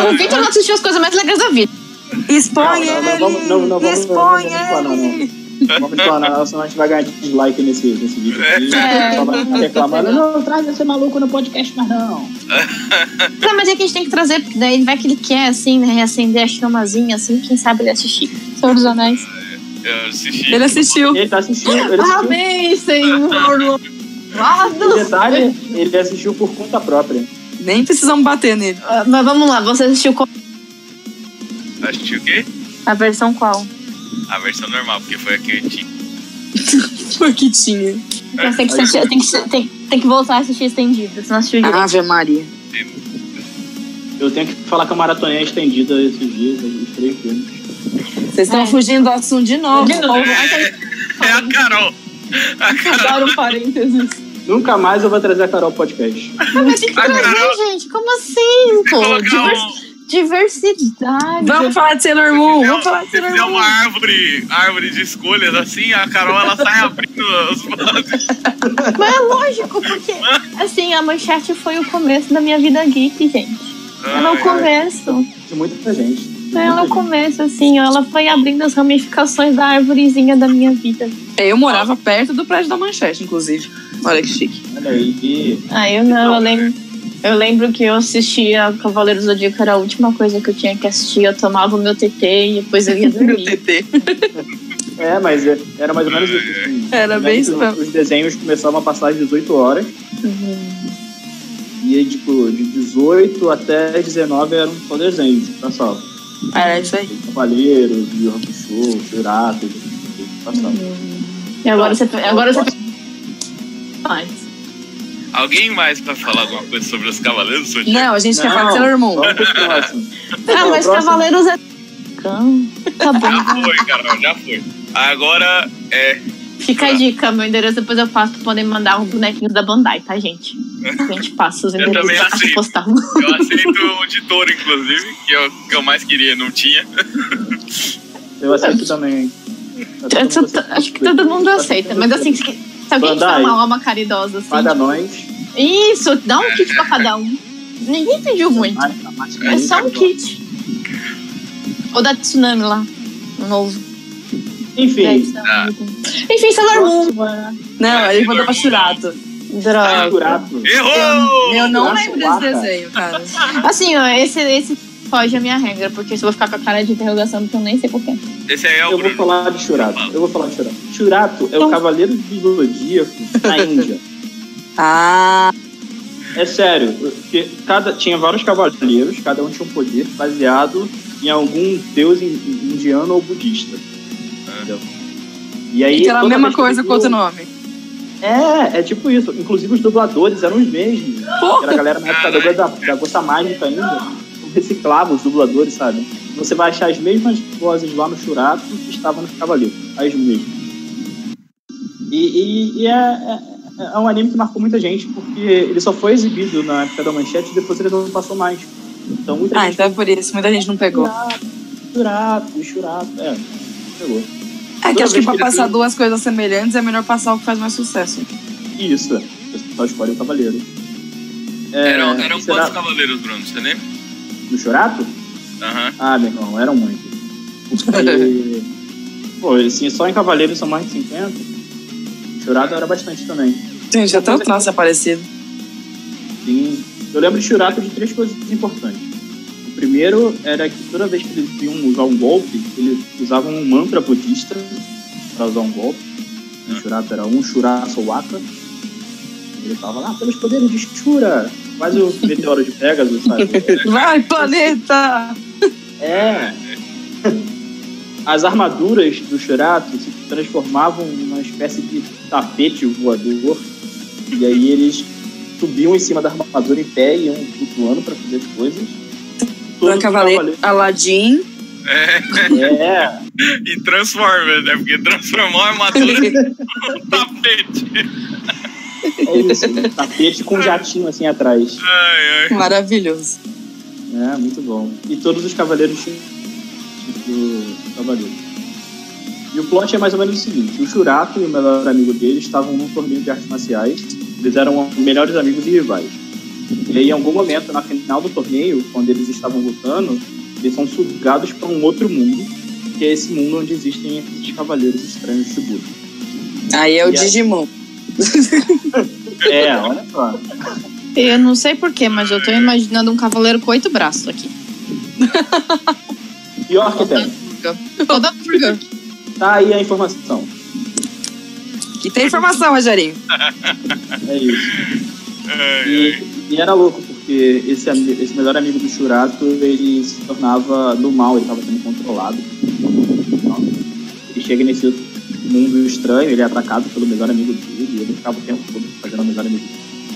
Não, o Victor não assistiu as coisas mais legais da vida. Expõe Não, não, não, ele! vamos- não, não, vamos- Expõe vamos falar, não, não. ele! Vamos reclamar, senão a gente vai ganhar dislike nesse, nesse vídeo. aqui. É. Só vai ficar reclamando, não, traz esse maluco no podcast, mas não. Não, mas é que a gente tem que trazer, porque daí vai que ele quer, assim, né, reacender a chamazinha, assim, quem sabe ele assistir. Senhor dos Anéis. Eu assisti. Ele assistiu. Ele tá assistindo, ele Ah, assistiu. Amém, Senhor E louvado. detalhe, ele assistiu por conta própria. Nem precisamos bater nele. Ah, Mas vamos lá, você assistiu qual? Assisti o quê? A versão qual? A versão normal, porque foi a que eu tinha. Porque tinha. Então Tem que, assistir- tem, que, tem, tem que voltar a assistir estendido, senão assistiu direito. Ave Maria. Eu tenho que falar que eu maratonei a é estendida esses dias, os três filmes. Vocês estão É. fugindo do assunto de novo. De novo. É a Carol! A Carol! Adoro parênteses. Nunca mais eu vou trazer a Carol ao podcast. Ah, mas tem que A Carol- trazer, gente. Como assim, pô? Colocar Divers- um, Diversidade. Vamos falar de Sailor Moon. Vamos falar de Se Sailor fizer é uma Moon. árvore, árvore de escolhas assim, a Carol ela sai abrindo os vasos. Mas é [laughs] lógico, porque assim, a manchete foi o começo da minha vida geek, gente. Ela é o Ai, começo. De muita gente. De Ela é o muita gente. começo, assim, ó. Ela foi abrindo as ramificações da árvorezinha da minha vida. Eu morava perto do prédio da Manchete, inclusive. Olha que chique. Olha aí. E Ah, eu não, eu lembro. Eu lembro que eu assistia Cavaleiros do Zodíaco, era a última coisa que eu tinha que assistir. Eu tomava o meu TT e depois [laughs] [laughs] eu ia Meu dormir. TT. É, mas é- era mais ou menos isso. assim. É, Era bem Os- isso mesmo. Os desenhos começavam a passar às 18 horas. Uhum. E aí, tipo, de 18 até 19 eram só desenhos, passava. Era É, isso aí. Cavaleiros, Yu Show, Jurato, passava. Uhum. E agora você. Agora você. Mas, Alguém mais pra falar alguma coisa sobre os cavaleiros? do Zodíaco? Não, a gente quer Não. falar de Sailor Moon. Vamos pro próximo. Tá ah, mas assim. próximo. Cavaleiros é. Tá Já bom. foi, Carol, já foi. Agora é. [laughs] Fica a dica, meu endereço depois eu passo pra poder mandar um bonequinho da Bandai, tá, gente? A gente passa os Eu endereços também pra aceito. postar. um. [laughs] Eu aceito o de touro, inclusive, que eu, que eu mais queria, não tinha. Eu aceito também. Tá todo Essa- mundo tá- aceitando. Acho que todo mundo aceita, mas assim, se se alguém tiver Bandai. uma alma caridosa, Paga assim. nós. Isso, dá um kit pra cada um. Ninguém pediu muito. É só um kit. Ou da Tsunami lá. Um novo. É, Enfim. isso é Ah. muito bom. Enfim, Sailor Moon. Não, ele mandou pra Shurato. É. Droga. Curato. Errou! Eu não Nossa, lembro desse guarda. desenho, cara. Assim, ó, esse, esse foge a minha regra, porque se eu vou ficar com a cara de interrogação, porque eu nem sei por quê. Esse aí é o Eu vou Bruno. falar de Churato. Eu vou falar de Churato. Churato é o Então- cavaleiro do zodíaco na [laughs] Índia. Ah, É sério, porque cada, tinha vários cavaleiros, cada um tinha um poder baseado em algum deus in- in- indiano ou budista. Entendeu? E aí, é que era a toda mesma vez que coisa eles com outro iam- nome. É, é tipo isso. Inclusive os dubladores eram os mesmos. Que Era a galera na época da, da, da Gosta Mágica ainda. Reciclava os dubladores, sabe? Você vai achar as mesmas vozes lá no Churato que estavam no Cavaleiro. As mesmas. E, e- e é, é- é um anime que marcou muita gente, porque ele só foi exibido na época da manchete e depois ele não passou mais. Então muita Ah, gente então é por isso. Muita gente não pegou. Churato, Churato. É, pegou. É que Toda acho que vez pra que ele passar tem- duas coisas semelhantes é melhor passar o que faz mais sucesso. Isso. O pessoal escolhe o Cavaleiro. É, Eram, eram será- quantos cavaleiros, Bruno? Você lembra? No Churato? Aham. Ah, meu irmão, eram muitos. E, pô, assim, só em Cavaleiros são mais de 50. Churato era bastante também. Gente, até o troço é parecido. Sim. Eu lembro de Churato de três coisas importantes. O primeiro era que toda vez que eles iam usar um golpe, eles usavam um mantra budista para usar um golpe. O Churato era um Shurato Waka. Ele tava lá, pelos poderes de Shura, quase o meteoro de Pegasus, sabe? Vai, planeta! É. [laughs] As armaduras do Shurato se transformavam numa espécie de tapete voador. E aí eles subiam em cima da armadura em pé e iam flutuando pra fazer as coisas. Todo Cavaleiro, Aladdin. [laughs] cavaleiro- É, E transforma, né? Porque transformou a armadura [laughs] num tapete. é isso. Um tapete com um jatinho assim atrás. Ai, ai. Maravilhoso. É, muito bom. E todos os cavaleiros do, cavaleiro. E o plot é mais ou menos o seguinte: o Shurato e o melhor amigo dele estavam num torneio de artes marciais. Eles eram melhores amigos e rivais. E aí, em algum momento, na final do torneio, quando eles estavam lutando, eles são sugados para um outro mundo, que é esse mundo onde existem esses cavaleiros estranhos Shibuya. Aí é o E aí? Digimon. É, olha só. Eu não sei porquê, mas eu tô imaginando um cavaleiro com oito braços aqui. Pior que tem. Toda purga. Tá aí a informação. E tem informação, Rogerinho. É isso. Ai, ai. E, e era louco, porque esse, ami- esse melhor amigo do Churato, ele se tornava do mal, ele estava sendo controlado. E chega nesse mundo estranho, ele é atacado pelo melhor amigo dele, e ele ficava o tempo todo fazendo o melhor amigo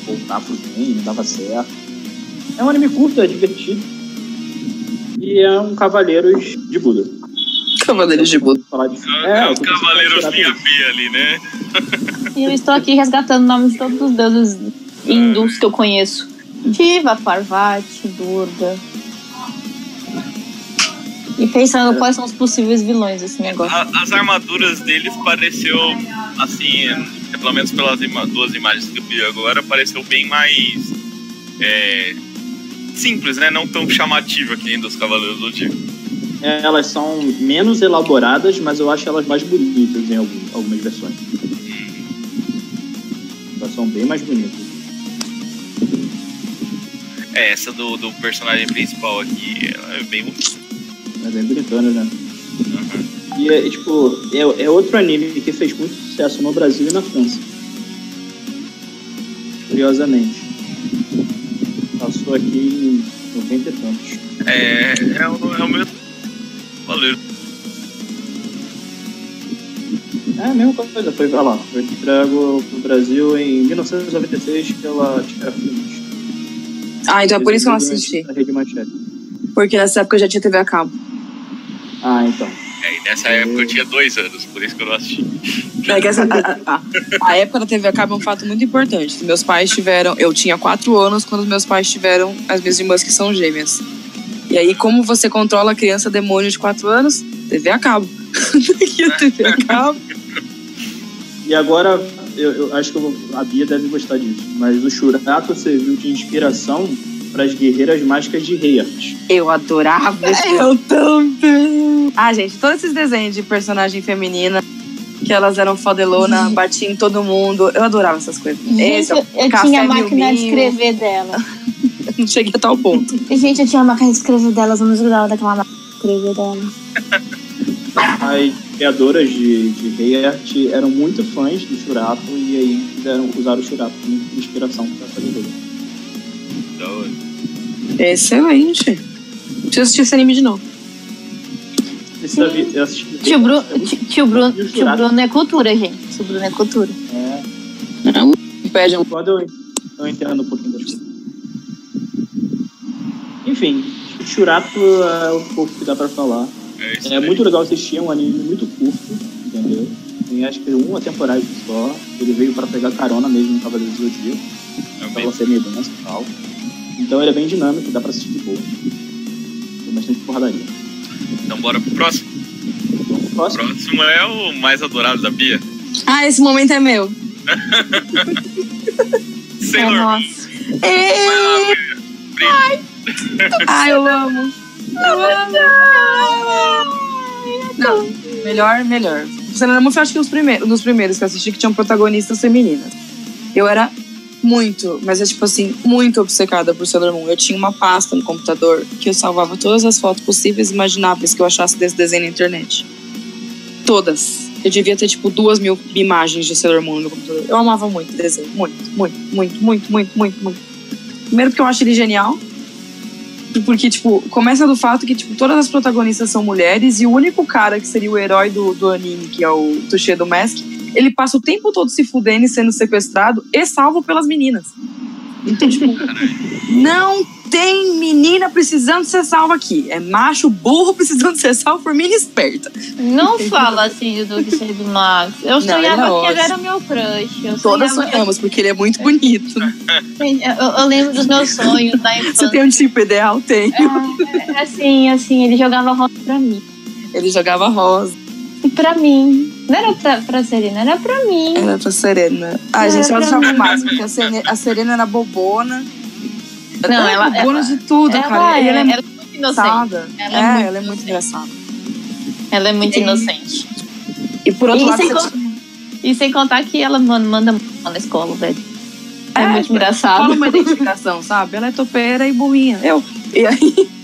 voltar pro bem, não dava certo. É um anime curto, é divertido. E é um Cavaleiros de Buda. Cavaleiros de Buda. Falar disso. É, os eu tô pensando em cavaleiros tirar linha B ali, né? E eu estou aqui resgatando nomes de todos os deuses hindus que eu conheço. Shiva, Parvati, Durga. E pensando quais são os possíveis vilões desse negócio. A- as armaduras deles pareceu, assim, pelo menos pelas ima- duas imagens que eu vi agora, pareceu bem mais é, simples, né? Não tão chamativa que nem dos Cavaleiros do Zodíaco. Elas são menos elaboradas, mas eu acho elas mais bonitas em algum- algumas versões. Elas são bem mais bonitas. É, essa do, do personagem principal aqui, ela é bem bonita. É bem bonitona, né? Uhum. E é, tipo, é, é outro anime que fez muito sucesso no Brasil e na França. Curiosamente. Passou aqui em 90 e tantos. É, é, o, é o meu Cavaleiro. É a mesma coisa, foi pra lá. Foi trago pro Brasil em 1996 pela Tiara Filmes. Ah, então é por isso que eu não assisti. Na Rede Manchete. Porque nessa época eu já tinha TV a cabo. Ah, então. É, e nessa época eu tinha dois anos, por isso que eu não assisti. É que essa- a, a- a época da TV a cabo é um fato muito importante. Meus pais tiveram. Eu tinha quatro anos quando meus pais tiveram as minhas irmãs que são gêmeas. E aí, como você controla a criança demônio de quatro anos? TV a [laughs] cabo. Aqui é TV a cabo. E agora, eu, eu acho que eu vou- a Bia deve gostar disso, mas o Shurato serviu de inspiração para as guerreiras mágicas de Reiart. Eu adorava esse É, Eu também. Ah, gente, todos esses desenhos de personagem feminina, que elas eram fodelona, batiam em todo mundo. Eu adorava essas coisas. Esse, é eu, Café tinha a Mil máquina de Mil. escrever dela. eu não cheguei a tal ponto. Gente, eu tinha a máquina de escrever dela, eu não grudava daquela máquina de escrever dela. As criadoras de, de Reiart eram muito fãs do Shurato e aí fizeram, usaram o Shurato como inspiração para fazer isso. Então, Excelente. Preciso assistir esse anime de novo. Precisa vir, eu assisti. Tio, Bru, tio, tio Bruno, E o tio Jurado? Bruno é cultura, gente. Tio Bruno é cultura. É, Pede um. quando eu, eu entendo um pouquinho das coisas. Enfim, o Shurato é o pouco que dá para falar. é isso É aí. muito legal assistir, é um anime muito curto, entendeu? Tem acho que uma temporada só. Ele veio pra pegar carona mesmo no Cavaleiro do Zodíaco, É pra bem- ela ser meio dança e tal. Então ele é bem dinâmico, dá pra assistir de boa. Tem bastante porradaria. Então bora pro próximo. Então, O próximo. próximo é o mais adorado da Bia. Ah, esse momento é meu. Sailor Moon. nossa. Vai lá, Bia. Ah, eu amo. Eu amo. Não, melhor, melhor. Sailor Moon foi acho que os primeiros, um dos primeiros que eu assisti que tinham protagonistas femininas. Eu era muito, mas é tipo assim, muito obcecada por Sailor Moon. Eu tinha uma pasta no computador que eu salvava todas as fotos possíveis e imagináveis que eu achasse desse desenho na internet. Todas. Eu devia ter tipo duas mil imagens de Sailor Moon no computador. Eu amava muito o desenho. Muito, muito, muito, muito, muito, muito, muito. Primeiro porque eu acho ele genial. Porque, tipo, começa do fato que, tipo, todas as protagonistas são mulheres e o único cara que seria o herói do, do anime, que é o Tushedo Mask, ele passa o tempo todo se fudendo e sendo sequestrado e salvo pelas meninas. Então, tipo, não tem menina precisando ser salva aqui. É macho burro precisando ser salvo por mina esperta. Não fala assim do que sei do Max. Eu ele é sonhava que ele ótimo. era o meu crush. Eu Todas sonhava- sonhamos, porque ele é muito bonito. Eu, eu lembro dos meus sonhos da [laughs] Você infância. tem um tipo ideal? Tem. É, assim, assim, ele jogava rock pra mim. Ele jogava rosa. Pra mim. Não era pra, pra Serena, era pra mim. Era é pra Serena. Ai, Era gente, eu pra achava o máximo, porque a Serena, a Serena era bobona. é Não, ela- bobona ela- de tudo, ela, cara. E é, ela é ela muito é muito inocente. engraçada. Ela é É, muito ela é muito engraçada. Ela é muito inocente. E por outro E lado, sem, você con- e sem contar que ela mano, manda muito mal na escola, velho. É, É, muito fala [laughs] engraçado. uma identificação, sabe? Ela é topeira e burrinha. Eu. E aí. [laughs]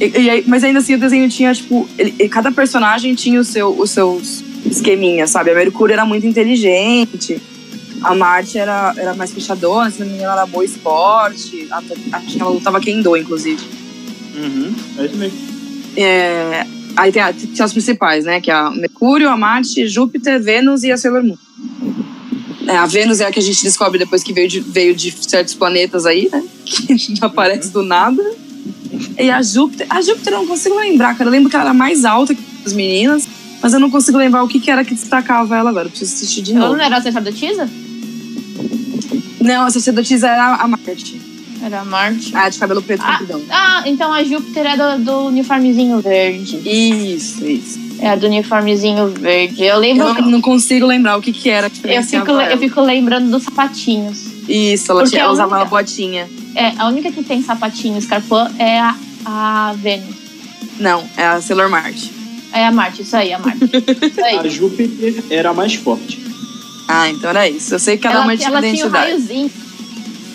E, e aí- mas ainda assim, o desenho tinha, tipo. ele- e cada personagem tinha o seu, os seus esqueminhas, sabe? A Mercúrio era muito inteligente. A Marte era, era mais fechadona, essa menina era boa esporte. a- Acho que ela lutava Kendo, inclusive. Uhum. É isso mesmo. É, aí tem, a- tinha as principais, né? Que é a Mercúrio, a Marte, Júpiter, Vênus e a Sailor Moon. É, a Vênus é a que a gente descobre depois que veio de, veio de certos planetas aí, né? [laughs] Que aparece do nada. E a Júpiter. A Júpiter eu não consigo lembrar, cara. Eu lembro que ela era mais alta que as meninas, mas eu não consigo lembrar o que, que era que destacava ela agora. Eu preciso assistir de Ela novo. não era a sacerdotisa? Não, a sacerdotisa era a Marte. Era a Marte. A de cabelo preto Ah. compridão. Ah, então a Júpiter é do, do uniformezinho verde. Isso, isso. É a do uniformezinho verde. Eu lembro. Eu que- não, não consigo lembrar o que, que era. que eu, fico, diferenciava eu ela. fico lembrando dos sapatinhos. Isso, ela, Porque tinha, a ela usava única- uma botinha. É, a única que tem sapatinho escarpão é a, a Vênus. Não, é a Sailor Marte. É a Marte, isso aí, a Marte. [laughs] Isso aí. A Júpiter era a mais forte. Ah, então era isso. Eu sei que ela, ela, é uma ela tinha o identidade. raiozinho.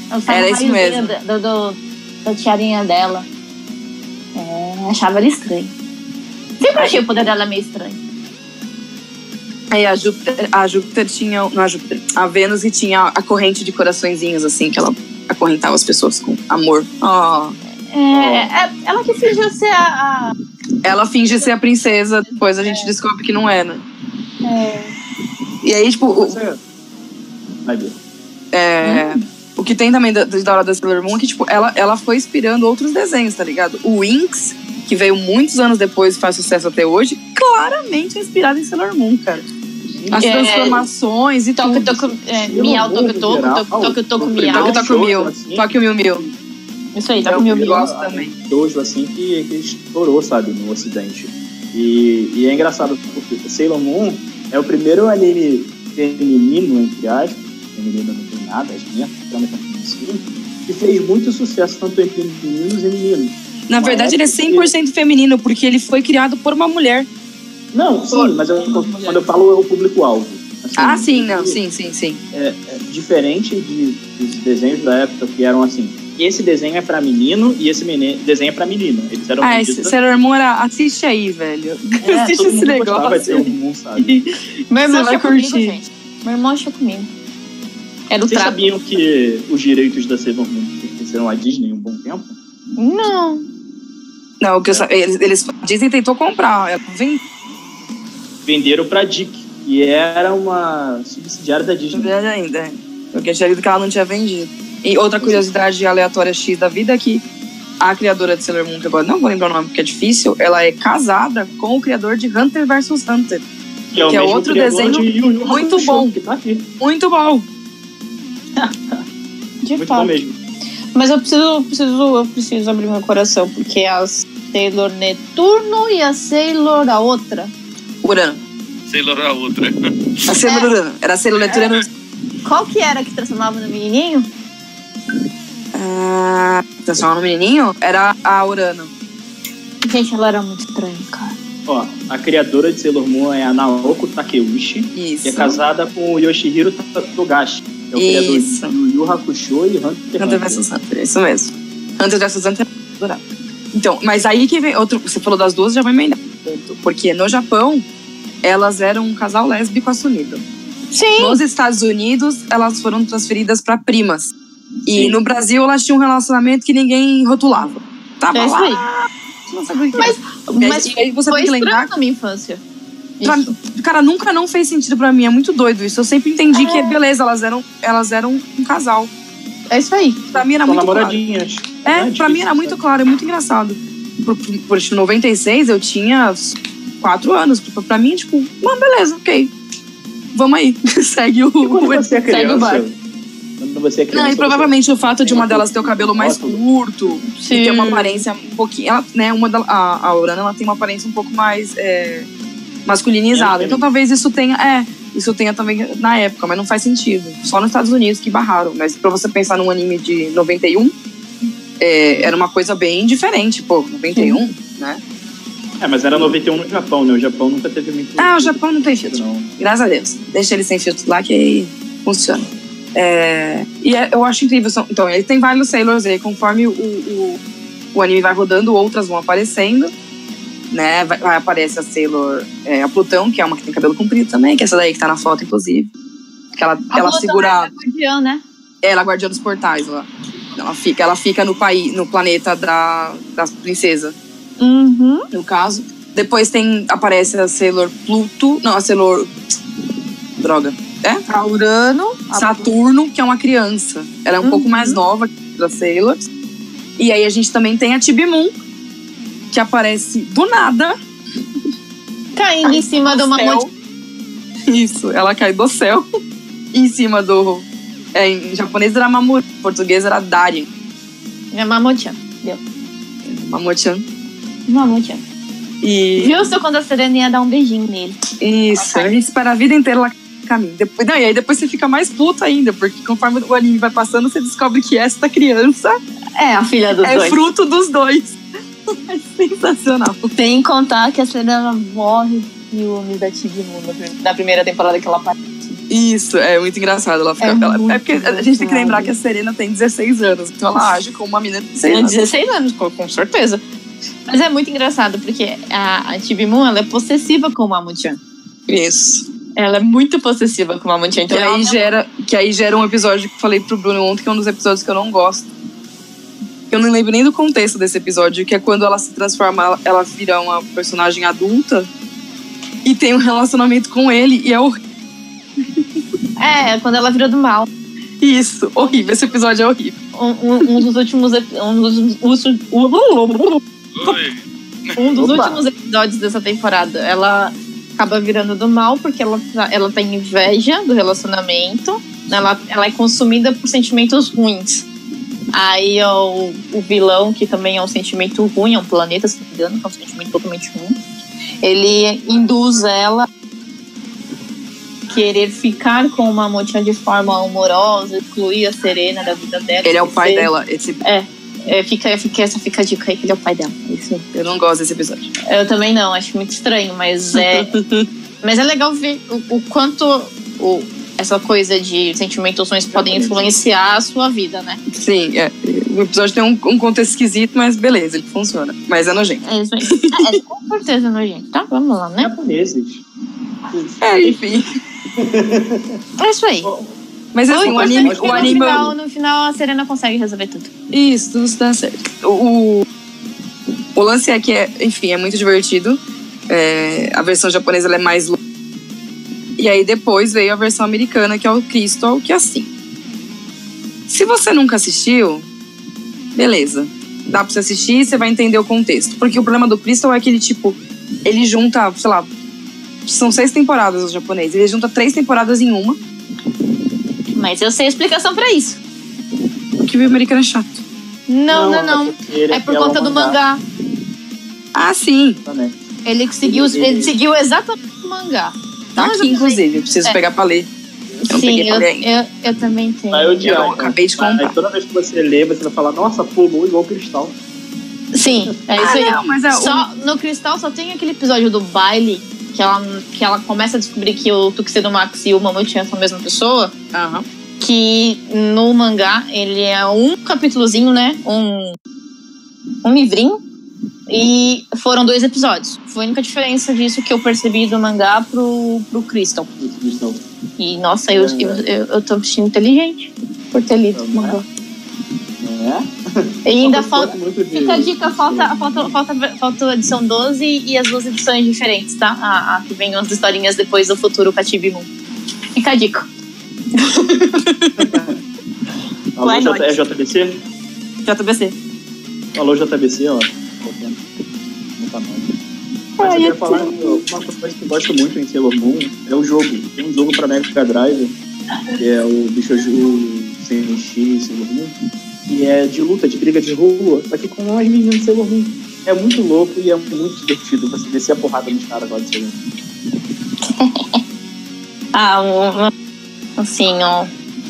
Ela usava Era o isso raiozinho mesmo. Do, do, da tiarinha dela. É, achava ela estranha. Sempre achei o poder dela meio estranho. Aí É, a Júpiter, a Júpiter tinha. Não, a Júpiter. A Vênus que tinha a corrente de coraçõezinhos, assim, que ela acorrentava as pessoas com amor. Ó. É, é, ela que fingiu ser a. a- Ela finge ser a princesa, depois a gente descobre que não é, né? é, E aí, tipo, Uh. o, é- Vai ver. É, Uhum. O que tem também da, da hora da Sailor Moon é que, tipo, ela, ela foi inspirando outros desenhos, tá ligado? O Winx, que veio muitos anos depois e faz sucesso até hoje, claramente é inspirado em Sailor Moon, cara. As É. transformações e toco, tudo. toco, é, miau, toco, toco, toco, toco, Ah, toco, miau. Toque, toque, miau. assim, Toque o Miu Miu. Isso aí, tá É toco o meu que eu miau. gosto também. dojo assim que, que estourou, sabe, no ocidente. E, e é engraçado porque Sailor Moon é o primeiro anime feminino, entre aspas, feminino não tem nada, acho que nem a trama tá com isso, que fez muito sucesso tanto entre meninos e meninos. Na verdade, ele é 100% feminino, porque ele foi criado por uma mulher. Não, sim, mas eu- quando eu falo é o público-alvo. Assim, Ah, sim, não. Sim, sim, sim. diferente de, dos desenhos da época que eram assim, esse desenho é pra menino e esse menino, desenho é pra menina. Eles eram Ah, esse vendidos- Sailor Moon era... Assiste aí, velho. É, [laughs] Assiste todo esse mundo gostava de negócio. é Sailor Moon, sabe? [laughs] Meu Meu irmão irmão vai achou comigo, curtir. gente. Meu irmão achou comigo. Era o Vocês trapo. sabiam que os direitos da Sailor Moon pertenceram à Disney um bom tempo? Não. Não, o que eu sa- eles, eles dizem tentou comprar. é Ela vem- Venderam pra Dick, que era uma subsidiária da Disney. verdade ainda. Porque tinha lido que ela não tinha vendido. E outra curiosidade aleatória X da vida é que a criadora de Sailor Moon, que agora não vou lembrar o nome porque é difícil, ela é casada com o criador de Hunter vs Hunter. Que é, o que é mesmo outro criador desenho de Yu Yu muito Hakusho, bom. Que tá aqui. Muito bom! De Muito bom fato. mesmo. Mas eu preciso, eu preciso, eu preciso abrir meu coração, porque as Sailor Neturno e a Sailor a outra. Urano. Sei lá a outra. A É. Sailor Urano. Era a Sailor Letura. Qual que era que transformava no menininho? Ah, transformar no menininho? Era a Urano. Gente, ela era muito estranha, cara. Ó, a criadora de Sailor Moon é a Naoko Takeuchi, que Isso. é casada com o Yoshihiro Togashi, que é o Isso. criador de Yu Yu Hakusho e Hunter Hunter x vs Hunter, isso mesmo. Hunter vs Hunter adorava. Então, mas aí que vem outro. Você falou das duas, já vai emendar. Porque no Japão, elas eram um casal lésbico assumido. Sim. Nos Estados Unidos, elas foram transferidas pra primas. E Sim. no Brasil, elas tinham um relacionamento que ninguém rotulava. Tava É isso Ah, lá, aí. não sabia o que Mas- era. E Mas aí- e aí você foi tem que lembrar estranho na minha infância. Pra- Isso. Cara, nunca não fez sentido pra mim. É muito doido isso. Eu sempre entendi que, beleza, elas eram, elas eram um casal. É isso aí. Pra mim era São muito claro. namoradinhas. Não É, pra difícil, mim era muito sabe? claro, é muito engraçado. Por, por, por tipo, 96 eu tinha 4 anos. Pra, pra mim, tipo, uma beleza, ok. Vamos aí, [laughs] segue o. E quando você é segue o criança, bar. quando quando você é criança. Não, e você- provavelmente o fato de uma delas ter o cabelo mais Ótimo. curto, Sim. e ter uma aparência um pouquinho. Ela, né, uma da, a, a Urana ela tem uma aparência um pouco mais é, masculinizada. É, Então talvez isso tenha. É, isso tenha também na época, mas não faz sentido. Só nos Estados Unidos que barraram. Mas pra você pensar num anime de 91, é, era uma coisa bem diferente, pô. 91, né? É, mas era 91 no Japão, né? O Japão nunca teve muito. Ah, o Japão não tem filtro. Não. Graças a Deus. Deixa ele sem filtro lá que aí funciona. É, e é- eu acho incrível. são- Então, ele tem vários Sailors aí. Conforme o, o, o anime vai rodando, outras vão aparecendo. Né? Vai, vai aparece a Sailor, é, a Plutão, que é uma que tem cabelo comprido também, que é essa daí que tá na foto, inclusive. Que ela, A ela Plutão segura. é a guardiã, né? Ela é a guardiã dos portais lá. Ela fica, ela fica no país, no planeta da, das princesas Uhum. no caso. Depois tem aparece a Sailor Pluto, não, a Sailor droga, é? A Urano. a- Saturno, que é uma criança. Ela é um Uhum. pouco mais nova que as Sailors. E aí a gente também tem a Tibimun, que aparece do nada. [laughs] Caindo em cima de uma céu. monte- Isso, ela cai do céu [laughs] em cima do é, em japonês era Mamoru, em português era Darien, É mamotinha. Mamochan. Mamotinha. [laughs] E Viu só quando a Serena ia dar um beijinho nele? Isso, a gente espera a vida inteira lá caminho. Depois, não, e aí depois você fica mais puto ainda, porque conforme o anime vai passando, você descobre que esta criança É, a filha dos é dois. fruto dos dois. [laughs] É sensacional. Sem contar que a Serena morre de ciúmes da Tibimu na primeira temporada que ela aparece. Isso, é muito engraçado. Ela fica, É é, ela, muito é porque a gente tem que engraçado. lembrar que a Serena tem 16 anos, então ela age como uma menina de 16 Tinha anos. 16 é anos, com, com certeza. Mas é muito engraçado, porque a, a Tibimu, ela é possessiva com o Mamutian. Isso. Ela é muito possessiva com o Mamutian. Que Então ela aí, gera, que aí gera um episódio que eu falei pro Bruno ontem, que é um dos episódios que eu não gosto. Eu não lembro nem do contexto desse episódio, que é quando ela se transforma, ela- ela vira uma personagem adulta e tem um relacionamento com ele, e é horrível. É, quando ela virou do mal. Isso, horrível. Esse episódio é horrível. Um, um- um dos últimos... ep- Um dos, us- um Oi. dos Opa. últimos episódios dessa temporada, ela acaba virando do mal, porque ela, tá- ela tem inveja do relacionamento. Ela, ela é consumida por sentimentos ruins. Aí ó, o, o vilão, que também é um sentimento ruim, é um planeta, se não me engano, que é um sentimento totalmente ruim. Ele induz ela a querer ficar com uma motinha de forma amorosa, excluir a Serena da vida dela. Ele é o pai esquecer. dela. Esse, É, fica, fica, essa fica a dica aí que ele é o pai dela. É Isso. eu não gosto desse episódio. Eu também não, acho muito estranho, mas é. [laughs] mas é legal ver o, o quanto o- essa coisa de sentimentos ruins podem influenciar a sua vida, né? Sim, é, o episódio tem um, um contexto esquisito, mas beleza, ele funciona. Mas é nojento. É isso aí. É, é, com certeza, nojento. Tá, vamos lá, né? Japoneses. É, enfim. É isso aí. Mas assim, o anime. importante é O que anime no, final, no final a Serena consegue resolver tudo. Isso, tudo se dá certo. O, o- o lance é que, é, enfim, é muito divertido. É, a versão japonesa ela é mais longa. E aí depois veio a versão americana, que é o Crystal, que é assim. Se você nunca assistiu, beleza. Dá pra você assistir e você vai entender o contexto. Porque o problema do Crystal é que ele, tipo, ele junta, sei lá, são seis temporadas o japonês. Ele junta três temporadas em uma, Mas eu sei a explicação pra isso. que o americano é chato. Não, não, não. porque É por ela conta do mangá. Ah, sim. Também. Ele seguiu, Ele- ele seguiu exatamente o mangá. Tá Não, eu já aqui, inclusive. Eu preciso É. pegar pra ler. não Sim, peguei pra eu, ler ainda. eu, eu também tenho. Vai odiar. Eu então. acabei de Aí comprar. toda vez que você lê, você vai falar, nossa, pô, bom igual cristal. Sim, é isso aí. Ah, não, mas é, o- Só, no Cristal só tem aquele episódio do baile que ela, que ela começa a descobrir que o Tuxedo Max e o Mamute são a mesma pessoa. Aham. Que no mangá ele é um capítulozinho, né? Um, um livrinho. E foram dois episódios. Foi a única diferença disso que eu percebi do mangá pro, pro Crystal. Esse cristal. E nossa, eu, eu, eu, eu tô me sentindo inteligente por ter lido o mangá. É? E ainda Uma coisa falta. que eu gosto muito de- Fica a dica, falta, falta, falta, falta a edição 12 e as duas edições diferentes, tá? A, a que vem umas historinhas depois do futuro com a Tibi Moon. Fica a dica. Alô, Why not? J- é JBC? JBC. Alô, JBC, ó. Não Ah, tá mal. Mas eu quero falar uma coisa que eu gosto muito em um Sailor Moon é o jogo. Tem um jogo pra Mega Drive, que é o bicho o Shang-Chi, Sailor Moon, que é de luta, de briga de rua, só que com umas meninas de Sailor Moon. É muito louco e é muito divertido você descer a porrada nos caras lá de Sailor Moon. Ah, um- um- assim, ó.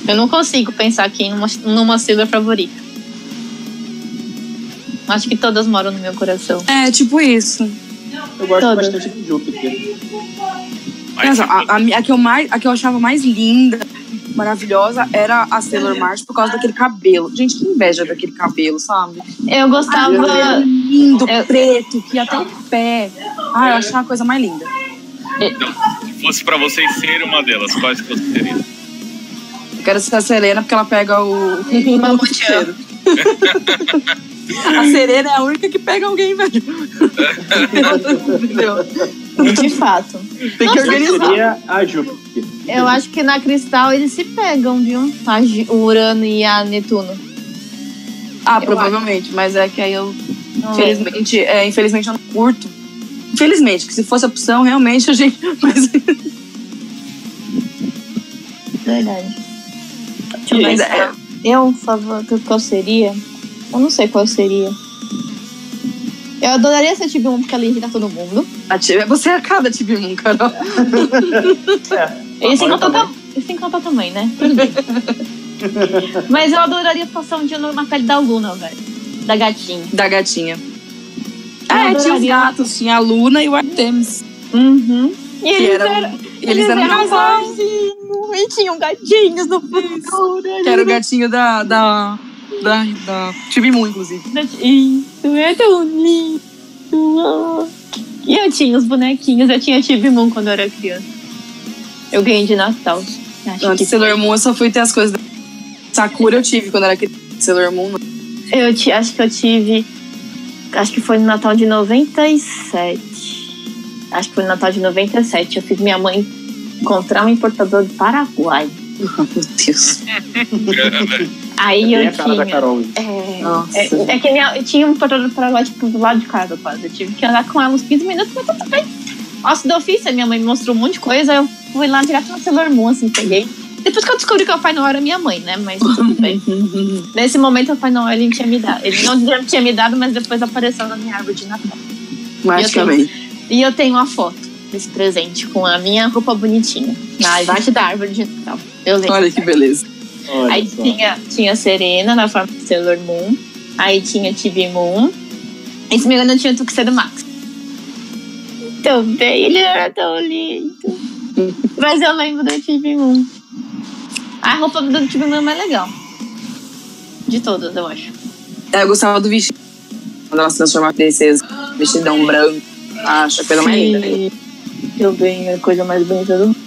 Eu não consigo pensar aqui em uma- numa sigla favorita. Acho que todas moram no meu coração. É, tipo isso. Eu gosto Todas. bastante de Júpiter. Mas, ó, tipo a, a mi- a que eu mais, a que eu achava mais linda, maravilhosa, era a Uhum. Sailor Mars por causa daquele cabelo. Gente, que inveja daquele cabelo, sabe? Cabelo Eu gostava. lindo, eu- preto, que ia até o pé. Ah, eu achava a coisa mais linda. Se fosse pra vocês serem uma delas, quais que vocês seriam? Eu quero ser a Serena porque ela pega Uhum. o. Mamute. [laughs] a Serena é a única que pega alguém, velho. Entendeu? De fato. Tem que Nossa, Eu organizar. seria a Júpiter. Eu acho que na Cristal eles se pegam, viu? A Gi- o Urano e a Netuno. Ah, Eu provavelmente, mas é que aí eu. Não lembro. Infelizmente, é, infelizmente eu não curto. Infelizmente, que se fosse opção, realmente a gente. [laughs] Mas, É Verdade. Deixa eu mas pensar. é, Eu, um favor, que- qual seria? Eu não sei qual seria. Eu adoraria ser tipo um porque ela irrita todo mundo. a Ti- você é a cada Tibimum, Carol. E sem Olha contar, também. tam... e sem contar também, né? [laughs] Tudo bem. Mas eu adoraria passar um dia na pele da Luna, velho. Da gatinha. Da gatinha. Eu É, tinha os adoraria. gatos, tinha a Luna e o Artemis. Uhum. E Que eles eram, eram, eles eram casados. casadinhos e tinham gatinhos no futuro. Que era o gatinho da. da. da. da Tibimum, inclusive. Isso é tão lindo. E eu tinha os bonequinhos, eu tinha Tive Moon quando eu era criança. Eu ganhei de Natal. Acho Antes de Sailor Moon, eu só fui ter as coisas da. Sakura eu tive quando era criança. Sailor Moon. não. que, eu ti- acho que eu tive. Acho que foi no Natal de 97. Acho que foi no Natal de 97. Eu fiz minha mãe encontrar um importador do Paraguai. Meu Deus. né? Aí Tem eu É a cara da tinha. Carol. é, Nossa. É, é que minha, eu tinha um portador para lá, tipo, do lado de casa quase. Eu tive que andar com ela uns 15 minutos, mas tudo bem. Nossa, do ofício, minha mãe me mostrou um monte de coisa, eu fui lá direto na Sailor Moon, assim, peguei. Depois que eu descobri que é o Pai Noel era minha mãe, né? [laughs] Mas tudo bem. Uhum. Nesse momento, o Pai Noel ele tinha me dado. Ele não já tinha me dado, mas depois apareceu na minha árvore de Natal. Magicamente. E eu tenho uma foto desse presente com a minha roupa bonitinha, na imagem da árvore de Natal. Eu lembro. Olha que beleza. Olha Aí só. tinha, tinha Serena na forma de Sailor Moon. Aí tinha Tibi Moon. E se me engano, tinha o Tuxedo Max. Também ele era tão lindo. Mas eu lembro do Tibi Moon. A roupa do Tibi Moon é mais legal. De todas, eu acho. É, Eu gostava do vestido. Quando ela se transformava em princesa. Vestidão branco. Acho a coisa mais linda. Eu bem, a coisa mais bonita do mundo.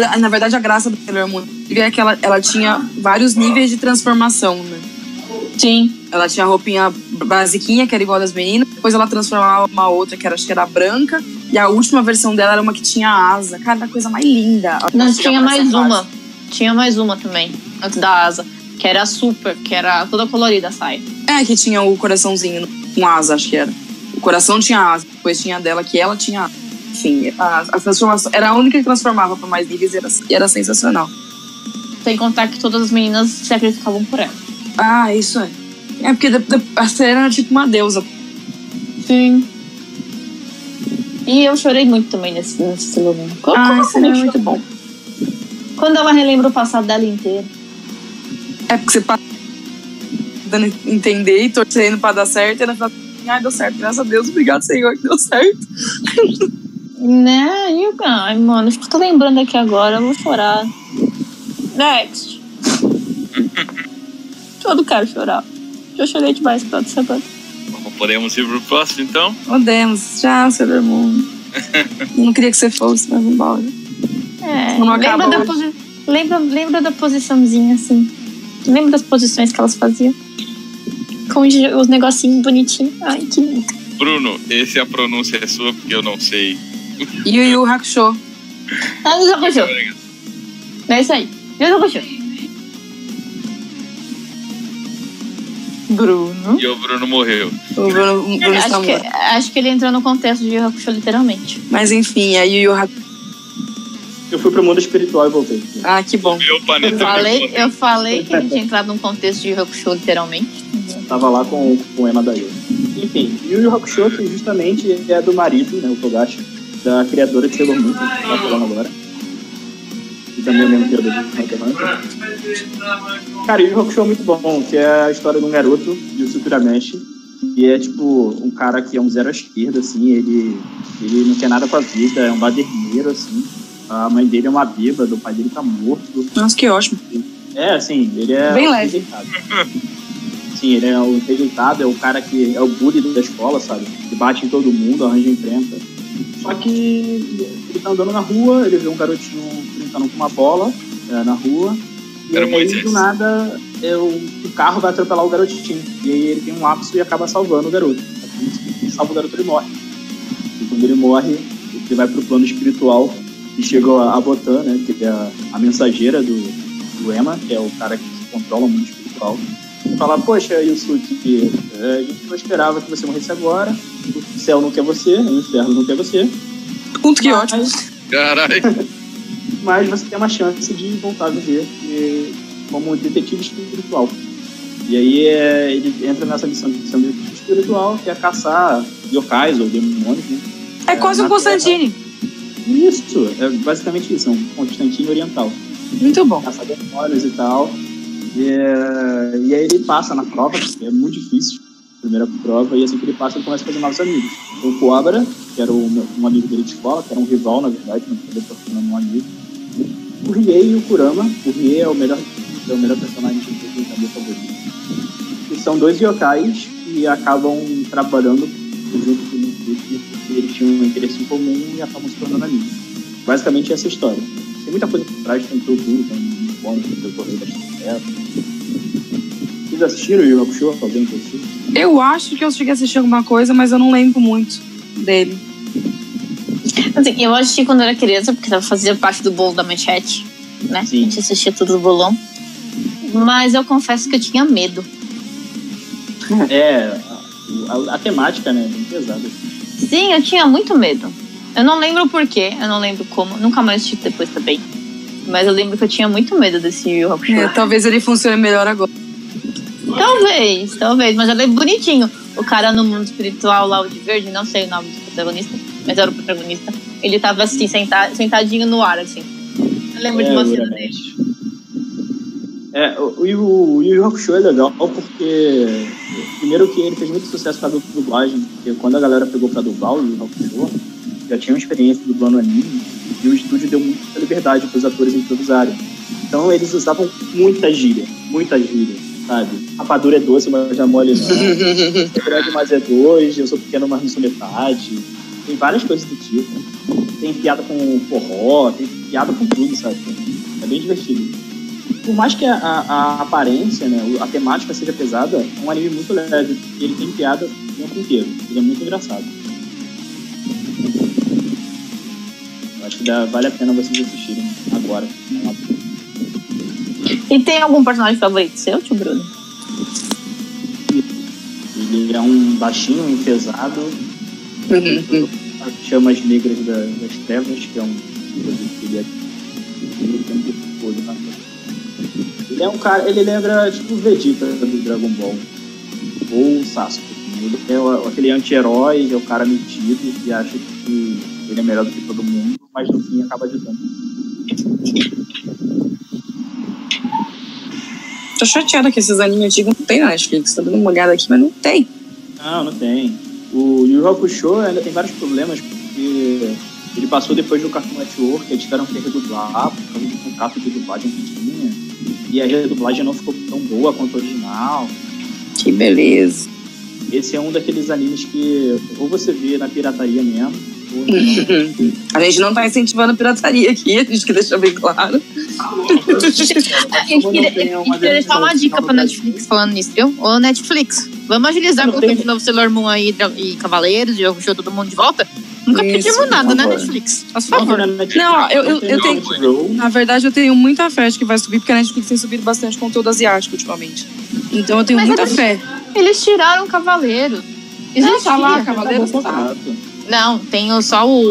Na- Na verdade, a graça do Sailor Moon é que ela, ela tinha vários níveis de transformação, né? Sim. Ela tinha a roupinha basiquinha, que era igual das meninas. Depois ela transformava uma outra, que era, acho que era branca. E a última versão dela era uma que tinha asa. Cara, era a coisa mais linda. Não, Ela tinha essa mais fase. uma. Tinha mais uma também, antes da asa. Que era a super, que era toda colorida a saia. É, que tinha o coraçãozinho com asa, acho que era. O coração tinha asa, depois tinha a dela que ela tinha asa. Enfim, a, a transformação. Era a única que transformava pra mais níveis e era, e era sensacional. Sem contar que todas as meninas se sacrificavam por ela. Ah, isso é. É porque de- de- a Serena era tipo uma deusa. Sim. E eu chorei muito também nesse, nesse Sailor Moon. Como, Ah, como esse você anime é não muito chorou? Quando ela relembra o passado dela inteiro. É porque você passa dando a entender e torcendo pra dar certo. E ela fala, ai, deu certo, graças a Deus, obrigado, Senhor, que deu certo. Né? E eu- Ai, mano, eu tô lembrando aqui agora, eu vou chorar. Next. [laughs] eu não quero chorar. Eu chorei demais toda semana. Podemos ir pro próximo, então? Podemos, tchau, Oh, Sailor [laughs] Moon. Não queria que você fosse, mas embora. É, Não lembra, acabou. da posi- lembra, lembra da posiçãozinha assim. Lembra das posições que elas faziam? Com os os negocinhos bonitinhos. Ai, que lindo. Bruno, esse a pronúncia é sua, porque eu não sei. E o Yu Hakusho. Ah, já puxou. É isso aí. Eu já puxou. Bruno. E o Bruno morreu. O Bruno, o Bruno está É, Acho que, morto. acho que ele entrou no contexto de Yu Yu Hakusho, literalmente. Mas enfim, é Yu Yu Hakusho. Eu fui pro mundo espiritual e voltei. Ah, que bom. Meu planeta Eu falei, Mercúrio. eu falei que ele tinha entrado num contexto de Hakusho, literalmente. Tava lá com o poema da Yu. Enfim, Yu Yu Hakusho, que justamente é do marido, né, o Togashi, da criadora de Sailor Moon, que a gente tá falando agora. E também é o mesmo criador de Hunter x Hunter. Cara, Yu Yu Hakusho é muito bom, que é a história de um garoto, de Tsukurameshi, que é tipo um cara que é um zero à esquerda, assim, ele, ele não quer nada com a vida, é um baderneiro, assim. A mãe dele é uma bêbada, o pai dele tá morto. Nossa, que ótimo. É, assim, ele é. Bem um leve. rejeitado. [laughs] Sim, ele é o rejeitado, é o cara que é o bully da escola, sabe? Que bate em todo mundo, arranja enfrenta. Só que ele tá andando na rua, ele vê um garotinho brincando com uma bola é, na rua. E Era aí, Moisés. do nada, é, o, o carro vai atropelar o garotinho. E aí ele tem um lapso e acaba salvando o garoto. Ele salva o garoto, ele morre. E quando ele morre, ele vai pro plano espiritual e chega a, a Botan, né? Que é a, a mensageira do, do Ema, que é o cara que controla o mundo espiritual. E fala, poxa, Yusuke, é, a gente não esperava que você morresse agora. O céu não quer você, o inferno não quer você. Ponto que ótimo. Caralho. mas você tem uma chance de voltar a viver eh, como detetive espiritual. E aí eh, ele entra nessa missão de missão de detetive espiritual, que é caçar yokais ou demônios, né? É quase um na Constantine. E Isso, é basicamente isso, é um Constantino oriental. Muito bom. Caçar demônios tá e tal. E, eh, e aí ele passa na prova, que é muito difícil, primeira prova, e assim que ele passa ele começa a fazer novos amigos. O Cobra, que era um, um amigo dele de escola, que era um rival, na verdade, não podia estar falando um amigo. O Riei e o Kurama. O Riei é o melhor, é o melhor personagem que eu tenho meu favorito. E são dois yokais que acabam trabalhando junto com o Mitsuki, porque eles tinham um interesse em comum e acabam se tornando amigos. Basicamente essa é a história. Tem muita coisa por trás, tem tudo, tem um bônus, tem o Correio da Estrela. Vocês assistiram o Yu Yu Hakusho? Alguém que assistiu? Eu acho que eu cheguei a assistir alguma coisa, mas eu não lembro muito dele. Assim, eu assisti quando era criança, porque tava- fazia parte do bolo da manchete, né? Sim. A gente assistia tudo do bolão. Mas eu confesso que eu tinha medo. É, a, a- a temática, né? é Bem pesada. Sim, eu tinha muito medo. Eu não lembro o porquê, eu não lembro como. Nunca mais assisti depois também. Mas eu lembro que eu tinha muito medo desse Yu Yu Hakusho. É, talvez ele funcione melhor agora. Talvez, talvez, mas eu lembro bonitinho. O cara no mundo espiritual lá, o de verde, não sei o nome do protagonista, mas era o protagonista. Ele tava assim, senta- sentadinho no ar, assim. Eu lembro de É, você Uramente. dele. É, o o Yu o Yu Yu Hakusho é legal porque, primeiro que ele fez muito sucesso com a dupla dublagem, porque quando a galera pegou pra dublar o Yu Yu Hakusho, já tinha uma experiência dublando anime, e o estúdio deu muita liberdade pros atores improvisarem. Então eles usavam muita gíria, muita gíria, sabe? Rapadura é doce, mas já mole não. Sou grande, mas é dois, eu sou pequeno, mas não sou metade. Tem várias coisas do tipo. Tem piada com forró, tem piada com tudo, sabe? É bem divertido por mais que a, a- a aparência, né, o- a temática seja pesada, é um anime muito leve. e Ele tem piada o tempo inteiro. Ele é muito engraçado. Eu acho que dá- vale a pena vocês assistirem agora. E tem algum personagem favorito seu, tio Bruno? Ele é um baixinho, enfesado, chama as negras da- das trevas, que é um ele é- ele tem um olho na frente. Ele é um cara, ele lembra tipo o Vegeta do Dragon Ball. Ou o Sasuke. Ele é o- aquele anti-herói, é o cara metido que acha que ele é melhor do que todo mundo, mas no fim acaba ajudando. Tô chateada que esses animes antigos não tem na Netflix. Tô dando uma olhada aqui, mas não tem. Não, não tem. O Yu Yu Hakusho ainda tem vários problemas, porque ele passou depois do Cartoon Network, eles tiveram que redublar por causa do contrato de dublagem que tinha. E a redublagem não ficou tão boa quanto a original. Que beleza. [laughs] Esse é um daqueles animes que ou você vê na pirataria mesmo, ou [laughs] não. A gente não tá incentivando pirataria aqui, a gente quer deixar bem [laughs] claro. A gente Como queria, não tem a gente uma queria deixar uma versão dica original pra do Netflix falando nisso, viu? Ô, Netflix, vamos agilizar Não, colocando tem- de novo Sailor Moon aí Dra- e Cavaleiros e show todo mundo de volta. Nunca Isso, pedimos nada, por né, favor. Netflix? Por Não, favor. tem na Netflix, Não, eu- eu- tem eu no tenho- Crunchyroll. Na verdade, eu tenho muita fé de que vai subir, porque a Netflix tem subido bastante conteúdo asiático ultimamente. Então eu tenho Mas é muita eu- fé. Eles tiraram Cavaleiros. Existia. tá lá, Acabou o Cavaleiros tá. contrato. Não, tem o- só o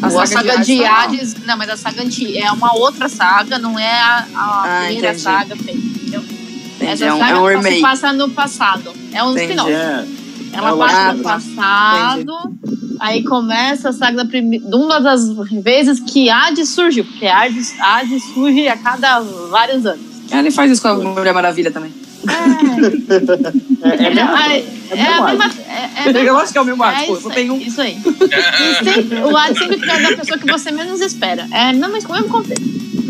A Ou a saga saga de de Hades, né? Hades. Não, mas a saga anti é uma outra saga, não é a, a Ah, primeira entendi. saga feita. entendeu? Entendi, Essa é um, saga é um só se remake. passa no passado. É um Entendi. spin-off. É, Ela Ah, passa no tá. passado, aí começa a saga da prime... de uma das vezes que Hades surge, porque Hades, Hades surge a cada vários anos. Ah, Ele faz isso com a Mulher Maravilha também. é, é mesmo. Aí- é é a mesmo mesma- é- é a mesma- Eu acho que é o mesmo é arte, pô. isso Só aí, tem um. Isso aí. E sempre- o Hades sempre pega a pessoa que você menos espera. É, não, mas como eu me contei. [laughs]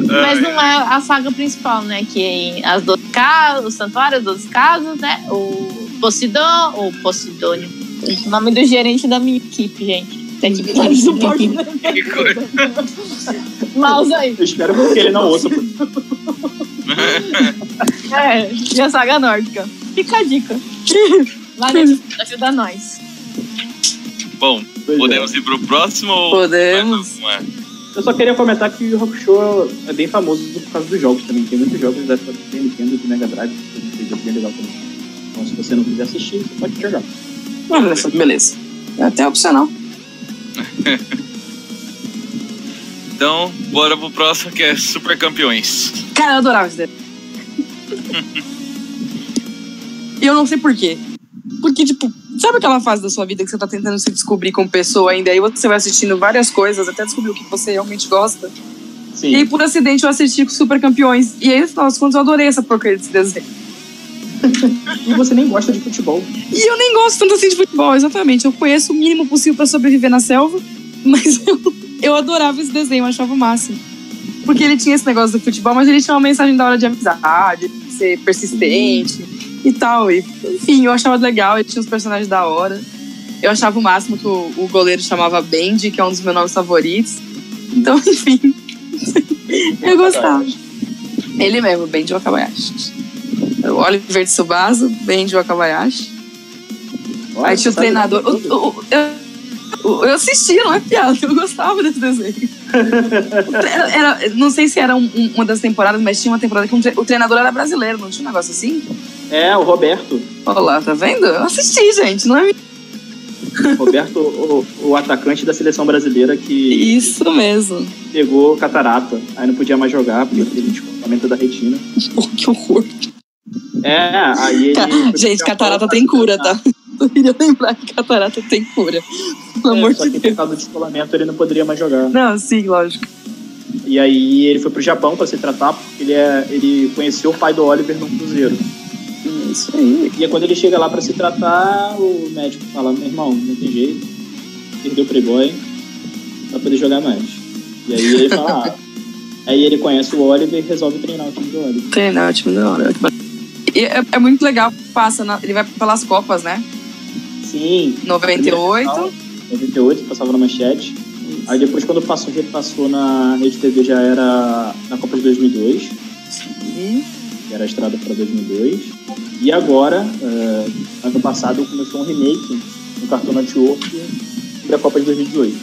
Mas não é a saga principal, né? Que é as 12 casas, o santuário, as 12 casas, né? O Posidão, o Posidônio. O nome do gerente da minha equipe, gente. Tem que pedir suporte. Que coisa. Mouse aí. Eu espero que ele não ouça. porque É, e a saga nórdica. Fica a dica. [laughs] Vai nos ajuda nós. Bom, Pois é. podemos ir pro próximo ou Podemos. mais alguma? Eu só queria comentar que o Hakusho é bem famoso por causa dos jogos também. Tem muitos jogos da época do Super Nintendo e do Mega Drive. que é bem legal também. Então, se você não quiser assistir, você pode jogar. Olha só que Ah, beleza. É até opcional. Então, bora pro próximo que é Super Campeões. Cara, eu adorava isso daí. E eu não sei porquê. Porque, tipo, sabe aquela fase da sua vida que você tá tentando se descobrir como pessoa ainda? Aí você vai assistindo várias coisas até descobrir o que você realmente gosta. E aí, Sim. por acidente, eu assisti Super Campeões. E aí, no final das contas, eu adorei essa porcaria desse desenho. E você nem gosta de futebol. E eu nem gosto tanto assim de futebol, exatamente. Eu conheço o mínimo possível pra sobreviver na selva, [laughs] mas eu, eu adorava esse desenho, eu achava o máximo. Porque ele tinha esse negócio do futebol, mas ele tinha uma mensagem da hora de amizade, de ser persistente e tal. E, enfim, eu achava legal, ele tinha os personagens da hora. Eu achava o máximo que o, o goleiro chamava Bendy, que é um dos meus nomes favoritos. Então, [laughs] enfim, eu gostava. Ele mesmo, Benji Wakabayashi. O Oliver de Tsubasa, Benji Wakabayashi. Olha, tá Aí tinha o sabe- treinador. O, o- o- eu, o- eu assistia, não é piada, eu gostava desse [laughs] desenho. O tre- era- não sei se era um- um- uma das temporadas, mas tinha uma temporada que um tre- o treinador era brasileiro, não tinha um negócio assim? É, o Roberto. Olha lá, tá vendo? Eu assisti, gente, não é Roberto, o, o atacante da seleção brasileira que isso mesmo. pegou catarata. Aí não podia mais jogar porque teve descontamento da retina. Pô, que horror. É, aí Ca- ele. [laughs] Gente, catarata tem cura, tá? [laughs] Eu queria lembrar que catarata tem cura. Pelo amor É, só de que Deus. por causa do descolamento ele não poderia mais jogar. Não, sim, lógico. E aí ele foi pro Japão pra se tratar, porque ele, é, ele conheceu o pai do Oliver num cruzeiro. Isso aí. E aí quando ele chega lá pra se tratar, o médico fala, meu irmão, não tem jeito, perdeu o Playboy, não vai poder jogar mais. E aí ele fala, ah. [laughs] Aí ele conhece o Oliver e resolve treinar o time do Oliver. Treinar, tipo, da hora. E é, é muito legal, passa, na- ele vai pelas Copas, né? Sim. 98. 98, passava na manchete. Aí depois quando passou, repassou na Rede TV já era na Copa de 2002. que era a Estrada para 2002. E agora, eh, ano passado, começou um remake do Cartoon Network da Copa de 2018.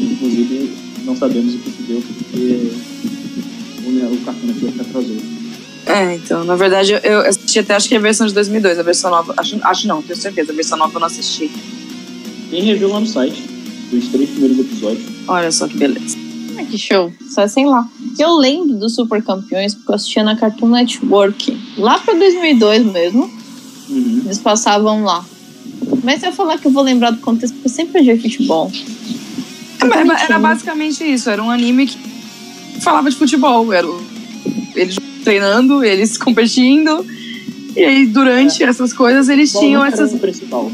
Inclusive, não sabemos o que se deu, porque o, né, o Cartoon Network atrasou. É, então, na verdade, eu, eu assisti até acho que a versão de 2002, a versão nova. Acho, acho não, tenho certeza, a versão nova eu não assisti. Tem review lá no site dos três primeiros episódios. Olha só que beleza. Ai, que show. Só sei lá. Eu lembro dos Super Campeões porque eu assistia na Cartoon Network. Lá pra 2002 mesmo. Eles passavam lá. Mas se eu falar que eu vou lembrar do contexto, porque eu sempre joguei futebol. É, Era, era basicamente isso, era um anime que falava de futebol, era o- eles treinando, eles [laughs] competindo. E aí, durante essas coisas, eles Bom, tinham não era um essas o principal.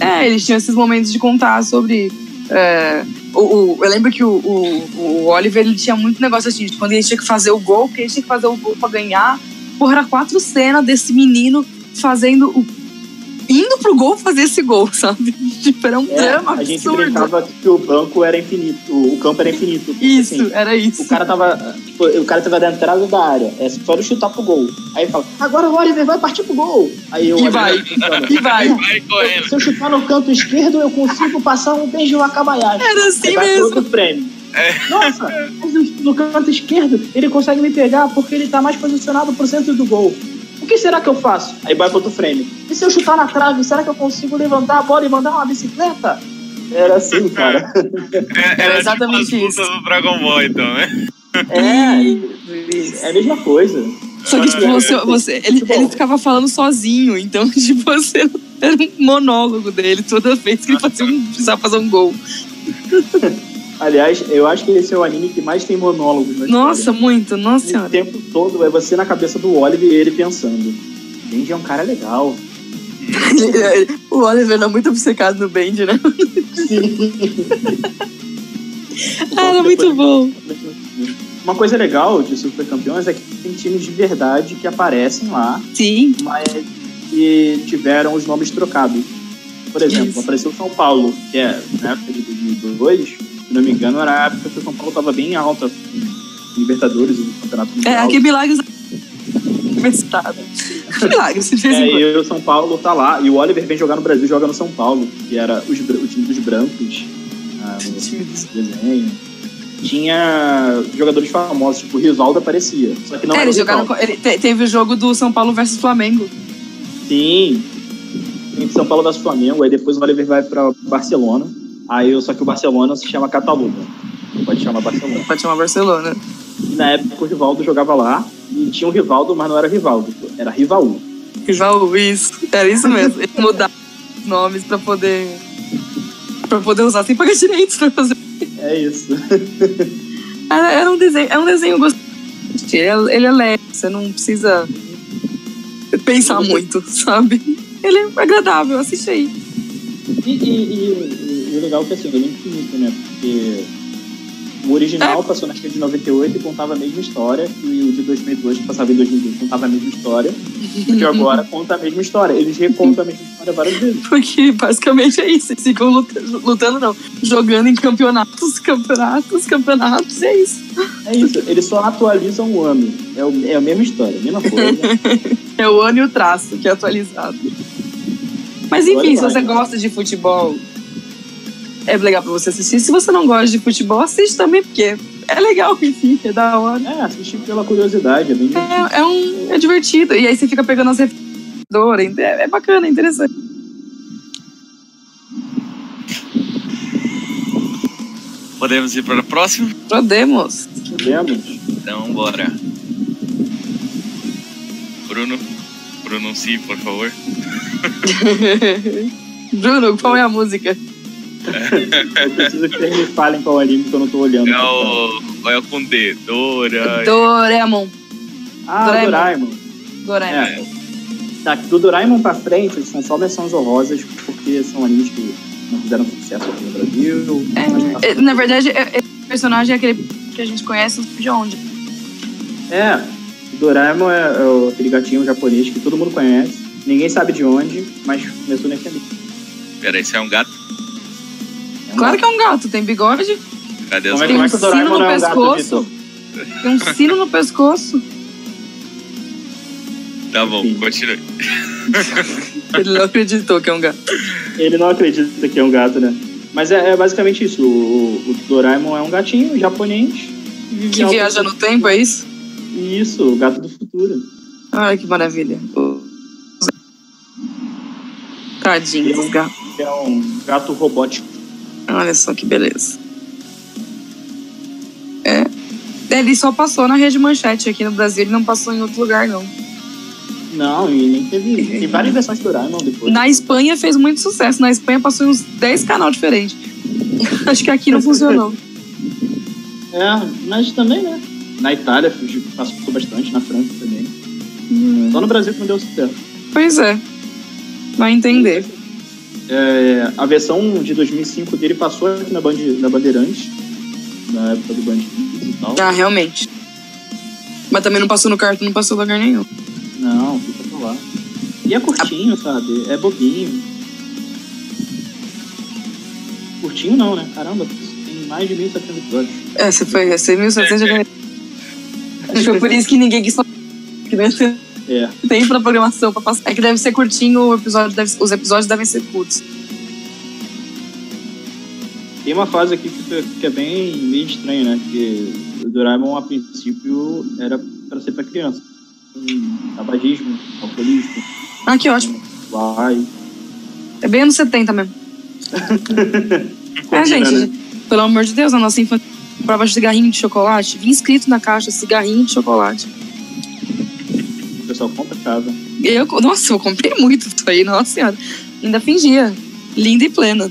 É, eles tinham esses momentos de contar sobre. é, o, o- eu lembro que o, o- o Oliver ele tinha muito negócio assim, de quando ele tinha que fazer o gol, que ele tinha que fazer o gol pra ganhar. Porra, era quatro cenas desse menino fazendo o. indo pro gol fazer esse gol, [laughs] sabe? Tipo, era um É, drama a gente absurdo. brincava que o banco era infinito, o campo era infinito. porque, assim, Isso, era isso. O cara tava. tipo, o cara tava na entrada da área. É só ele chutar pro gol. Aí fala, agora o Oliver vai partir pro gol. Aí eu E vai. E vai. Vai correndo. Se eu chutar no canto esquerdo, eu consigo passar um beijo a cabalhar. Era Aí assim vai pro mesmo. É. outro prêmio. Nossa, mas no canto esquerdo ele consegue me pegar porque ele tá mais posicionado pro centro do gol. O que será que eu faço? Aí vai pro outro frame. E se eu chutar na trave, será que eu consigo levantar a bola e mandar uma bicicleta? Era [laughs] assim, cara. É, era exatamente tipo as lutas do Dragon Ball, então, né? É, é a mesma coisa. Só que, tipo, Ah, você, você- ele, Muito bom. ele ficava falando sozinho, então, [laughs] tipo, você era um monólogo dele toda vez que ele fazia um, precisava fazer um gol. Aliás, eu acho que esse é o anime que mais tem monólogos. na Nossa, muito, nossa história. o [laughs] senhora. tempo todo é você na cabeça do Oliver e ele pensando. Benji é um cara legal. o Oliver era muito obcecado no Band, né? [laughs] [laughs] Ah, era muito bom. Uma coisa legal de Super Campeões é que tem times de verdade que aparecem lá, Sim, mas que tiveram os nomes trocados. Por exemplo, Isso. apareceu São Paulo, que é na época de 2002, se não me engano, era a época que o São Paulo estava bem alta, com Libertadores e o Campeonato é, Mundial. aquele milagre universitário. Milagre, se fez É, em e o São Paulo tá lá. E o Oliver vem jogar no Brasil, joga no São Paulo, que era os br- o time dos brancos ah, no time dos- desenho. Tinha jogadores famosos, tipo o Rivaldo aparecia. Só que não É, era o eles jogaram. Rivaldo. com- Ele te- teve o jogo do São Paulo versus Flamengo. Sim. Entre São Paulo versus Flamengo, aí depois o Oliver vai pra Barcelona. Aí eu- só que o Barcelona se chama Catalunya. Pode chamar Barcelona. Pode chamar Barcelona. E na época o Rivaldo jogava lá e tinha o Rivaldo, mas não era Rivaldo, era Rivaú. Rival, isso. Era isso mesmo. Ele mudava os nomes pra poder. pra poder usar sem pagar direitos pra fazer. É isso. Era, era um desenho, é um desenho gostoso. Ele é, ele é leve, você não precisa pensar muito, sabe? Ele é agradável, assiste aí. E, e- e- e o legal é que assim, ele é infinito, né? Porque o original passou na época de 98 e contava a mesma história, e o de 2002, que passava em 2002, contava a mesma história, e o de agora conta a mesma história. Eles recontam a mesma história várias vezes. Porque basicamente é isso. Eles ficam luta- lutando, não. Jogando em campeonatos, campeonatos, campeonatos, e é isso. É isso, eles só atualizam o ano. É, o- é a mesma história, a mesma [laughs] coisa. É o ano e o traço que é atualizado. Mas enfim, se você gosta de futebol, é legal pra você assistir. Se você não gosta de futebol, assiste também, porque é legal, [laughs] enfim, é da hora. é, assistir pela curiosidade, é bem divertido. É, é um, é divertido. E aí você fica pegando as refrigeradores. É, é bacana, é interessante. Podemos ir para o próximo? Podemos. Lemos. Então, bora. Bruno, pronuncie, por favor. Bruno, qual é a música? Eu preciso que vocês me falem qual anime que eu não tô olhando. É o, é o com D. Dora. Doraemon. Ah, Doraemon. Doraemon. É. Tá, do Doraemon pra frente, são só menções honrosas, porque são animes que não fizeram sucesso aqui no Brasil. mas assim, É, na verdade, é- é- o personagem é aquele que a gente conhece de onde? tá- É, o Doraemon é, é o- aquele gatinho japonês que todo mundo conhece, ninguém sabe de onde, mas começou nesse anime. Peraí, isso é um gato? Claro que é um gato, tem bigode, Cadê Como os é, tem como é um que o Doraemon sino não no é um gato, pescoço. Vitor? Tem um sino no pescoço. Tá bom, continue. Ele não acreditou que é um gato. Ele não acredita que é um gato, né? Mas é, é basicamente isso, o, o Doraemon é um gatinho japonês que vive em Que alto- viaja no tempo, é isso? Isso, o gato do futuro. Olha que maravilha. O- Tadinho dos gatos. Que é um gato robótico. Olha só que beleza. É. Ele só passou na rede manchete aqui no Brasil, ele não passou em outro lugar, não. Não, e nem teve... Tem várias versões do Doraemon depois. Na Espanha fez muito sucesso. Na Espanha passou em uns 10 canal diferentes. [laughs] Acho que aqui não funcionou. É, mas também, né? Na Itália fugiu- passou bastante, na França também. Só no Brasil que não deu certo. Pois é. Vai entender. É, a versão de 2005 dele passou aqui na, Band, na Bandeirantes, na época do Band Kids e tal. Ah, realmente. Mas também não passou no cartão, não passou em lugar nenhum. Não, fica pra lá. E é curtinho, sabe? É bobinho. Curtinho não, né? Caramba, tem mais de 1.700 episódios. É, você foi. Você viu, você Acho que foi por isso que ninguém quis falar. Que deve ser É, tem pra programação pra passar. É que deve ser curtinho, o episódio deve- os episódios devem ser curtos. tem uma fase aqui que, fica- que é bem meio estranha, né? Porque o Doraemon, a princípio, era pra ser pra criança. Com tabagismo, alcoolismo, Ah, que ótimo. vai... É bem anos 70 mesmo. É, Combina, gente, né? pelo amor de Deus, a nossa infância comprava cigarrinho de chocolate. Vinha escrito na caixa cigarrinho de chocolate. O pessoal compra casa. Eu, nossa, eu comprei muito isso aí, nossa senhora. Ainda fingia. Linda e plena.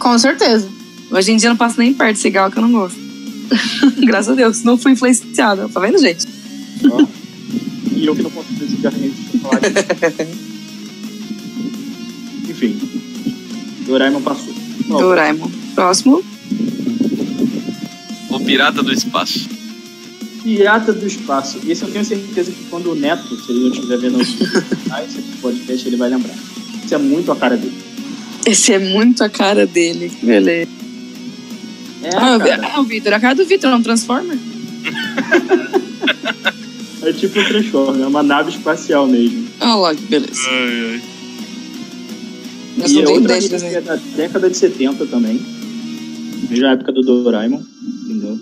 Com certeza. Hoje em dia eu não passo nem perto de cigarro que eu não gosto. [laughs] Graças a Deus, não fui influenciada. Tá vendo, gente? Ó. e eu que não posso fazer cigarrinho de chocolate. [laughs] Enfim. Doraemon passou. Não, Doraemon. Próximo. O Pirata do Espaço. Pirata do Espaço. Esse eu tenho certeza que quando o Neto, se ele não estiver vendo [laughs] ah, esse podcast, ele vai lembrar. Isso é muito a cara dele. Esse é muito a cara dele. Que beleza. É Ah, a o Vi- cara. ah, o Vitor. A cara do Vitor é um Transformer? É tipo um Transformer, é uma nave espacial mesmo. Olha lá, que Ah, beleza. Ai, ai. Nós e não é tem outra ideia de coisa que é desenho. da década de 70 também. Já a época do Doraemon, entendeu?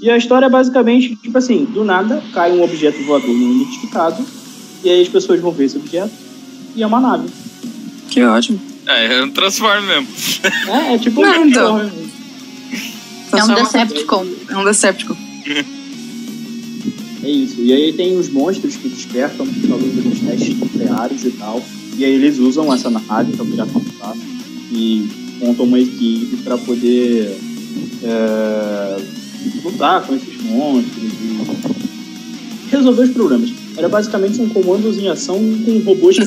E a história é basicamente, tipo assim, do nada cai um objeto voador não identificado, e aí as pessoas vão ver esse objeto, e é uma nave. Que ótimo. É, é um Transformer mesmo. É, é tipo um Não, então. Transformer. Tá É um Transforma- Decepticon. É um Decepticon. É isso. E aí tem os monstros que despertam por causa dos testes nucleares e tal. E aí eles usam essa nave para virar espaço um e montam uma equipe para poder é, lutar com esses monstros e resolver os problemas. Era basicamente um comandos em ação com robôs que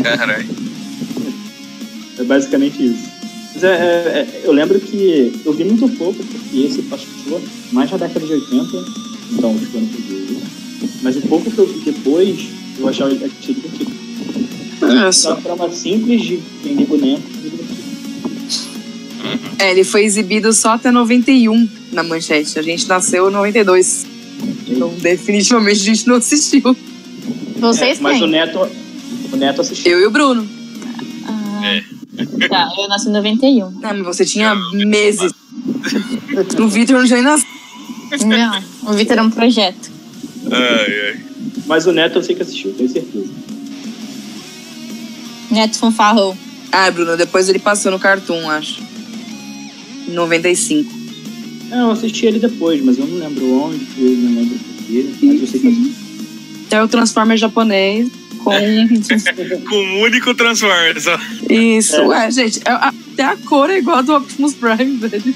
Caralho. É basicamente isso. Mas é, é- é- eu lembro que eu vi muito pouco, porque esse passou mais na década de 80, então, tipo, eu não podia ver. Mas o pouco que eu vi depois, eu achava tipo, que tinha divertido. Olha Era só. uma forma simples de vender boneco. É, ele foi exibido só até 91 na manchete. A gente nasceu em 92. Então, definitivamente, a gente não assistiu. Vocês É, mas o têm. Neto, o Neto assistiu. Eu e o Bruno. Ah, tá, eu nasci em 91. Não, Ah, mas você tinha meses. o Vitor não tinha nem nascido. Não, o Vitor é um projeto. Ai, ai. Mas o Neto eu sei que assistiu, tenho certeza. Neto Fanfarrão. Ah, Bruno, depois ele passou no Cartoon, acho. Em 95. É, eu assisti ele depois, mas eu não lembro onde, eu não lembro porquê. Mas eu sei que eu assisti. É o Transformer japonês com... Com um único Transformer só. [laughs] Isso, É. ué, gente, é- até a cor é igual a do Optimus Prime, velho.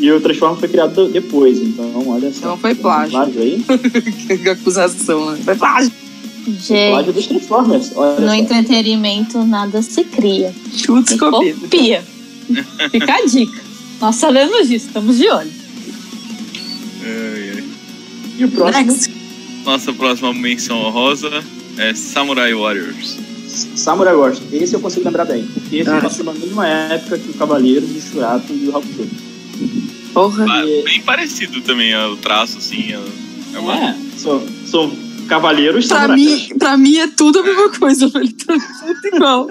E o Transformer foi criado depois, então olha só. Então foi Tem um plágio. aí. [laughs] Que acusação, né? Vai falar, Gente, É. Plágio dos Transformers. Olha no só. entretenimento nada se cria. chutes Se comigo. [laughs] copia. Fica a dica. Nós sabemos disso, estamos de olho. Ai, ai. E o próximo, Next. Nossa próxima menção honrosa é Samurai Warriors. Samurai Wars. Esse eu consigo lembrar bem. Esse Ah. passou na mesma é época que o Cavaleiro, o Shurato e o Hakusho. Porra. Ah, E- Bem parecido também ó, o traço, assim. ó. É uma- É, são, são cavaleiros Pra samurai. mim, pra mim é tudo a mesma coisa, velho. Tá tudo igual.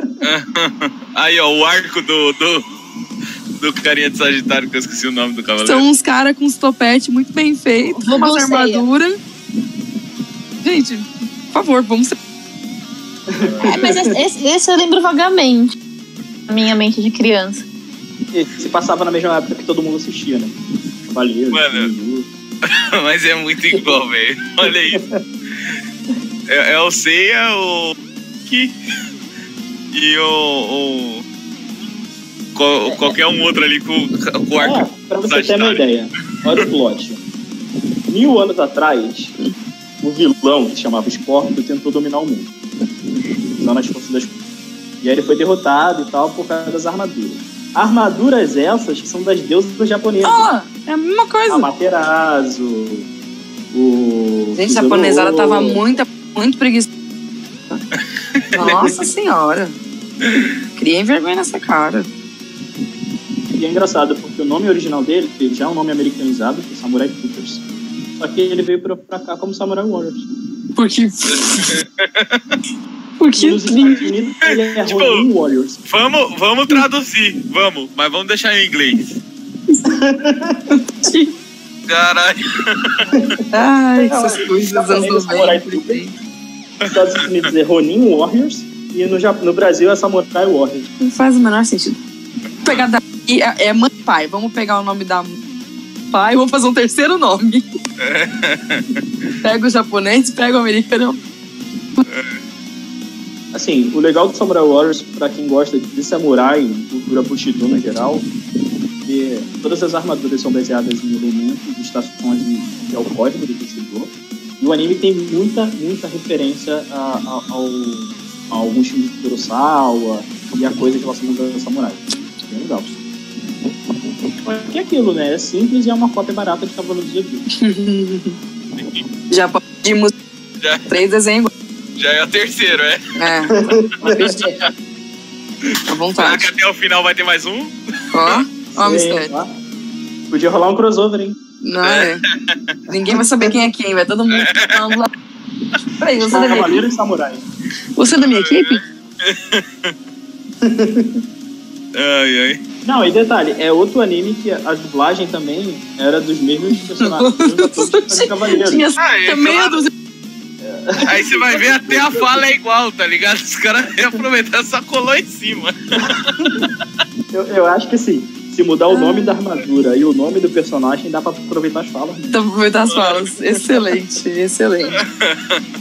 Aí, ó, o arco do, do, do carinha de Sagitário, que eu esqueci o nome do cavaleiro. São uns caras com uns topete muito bem feito, Vou umas bolseia. armaduras. Gente, por favor, vamos ser. É, mas esse, esse- esse eu lembro vagamente. Na minha mente de criança. Esse passava na mesma época que todo mundo assistia, né? Cavaleiro, Mano. Shurato. [laughs] Mas é muito igual, velho. Olha isso. É, é o Seiya, o Ki e o. o- qual- qualquer um outro ali com, com o arco. É, pra você ter uma Sagitário. ideia, olha o plot. Mil anos atrás, o vilão, que se chamava Scorpio, tentou dominar o mundo. Usando as forças das... E aí ele foi derrotado e tal por causa das armaduras. Armaduras essas que são das deusas japonesas. Ah, é a mesma coisa. A Materazo, o... Gente, a Suzano japonesada Oro. tava muito, muito preguiçosa. Nossa senhora. Criem vergonha nessa cara. E é engraçado, porque o nome original dele que já é um nome americanizado, que é Samurai Coopers. Só que ele veio pra, pra cá como Samurai Warriors. Porque. Porque. E nos Estados Unidos ele é Tipo, Ronin Warriors. Vamos, vamos traduzir, vamos, mas vamos deixar em inglês. Caralho, Ai, essas coisas dos anos um Samurai 90. Nos Estados Unidos é Ronin Warriors E no, Jap- no Brasil é Samurai Warrior. Não faz o menor sentido. Vou Pegar da... e É, é mãe e pai. Vamos pegar o nome da pai e vou fazer um terceiro nome. pega o japonês, pega o americano. Assim, o legal do Samurai Warriors, pra quem gosta de samurai, e cultura Bushido na geral, é que todas as armaduras são baseadas em elementos, estações e que é o código do Bushido. E o anime tem muita, muita referência a, a- ao, a alguns filmes de Kurosawa e a coisas relacionadas ao samurai. Bem legal. É aquilo, né? É simples e é uma cópia barata de Cavaleiro do Zodíaco. Já pedimos Já. três desenhos. Já é o terceiro, é. É. À Será vontade. que até o final vai ter mais um? Ó, ó o Sei mistério. lá. É, tá? Podia rolar um crossover, hein? Não é. Ninguém vai saber quem é quem, vai todo mundo falando lá. Peraí, você é da minha, Cavaleiro Tá, e Samurai. você é da minha equipe? Ai, ai. Não, e detalhe, é outro anime que a dublagem também era dos [laughs] mesmos personagens. dos atores que fazem Cavaleiros. Tinha Ah, é, medo. Aí você vai ver até a fala é igual, tá ligado? Os caras aproveitaram só colou em cima. Eu, eu acho que assim, se mudar Ah. o nome da armadura e o nome do personagem, dá pra aproveitar as falas. né? Então, aproveitar as falas. Excelente, excelente.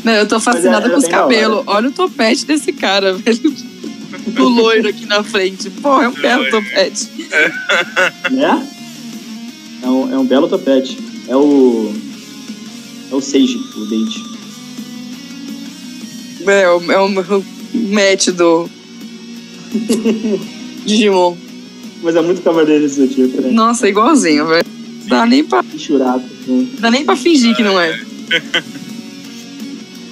Não, eu tô Mas fascinada é- com os é bem da hora. cabelos. Olha o topete desse cara, velho. O loiro aqui na frente. Porra, é um eu quero o topete. Né? É um, é um belo topete. É o. É o Seiji, o dente. É, o- é o meu match do Digimon. Mas é muito cavaleiro esse tipo, né? Nossa, é igualzinho, velho. Dá nem, pra, Pichurado. né? dá nem pra fingir que não é.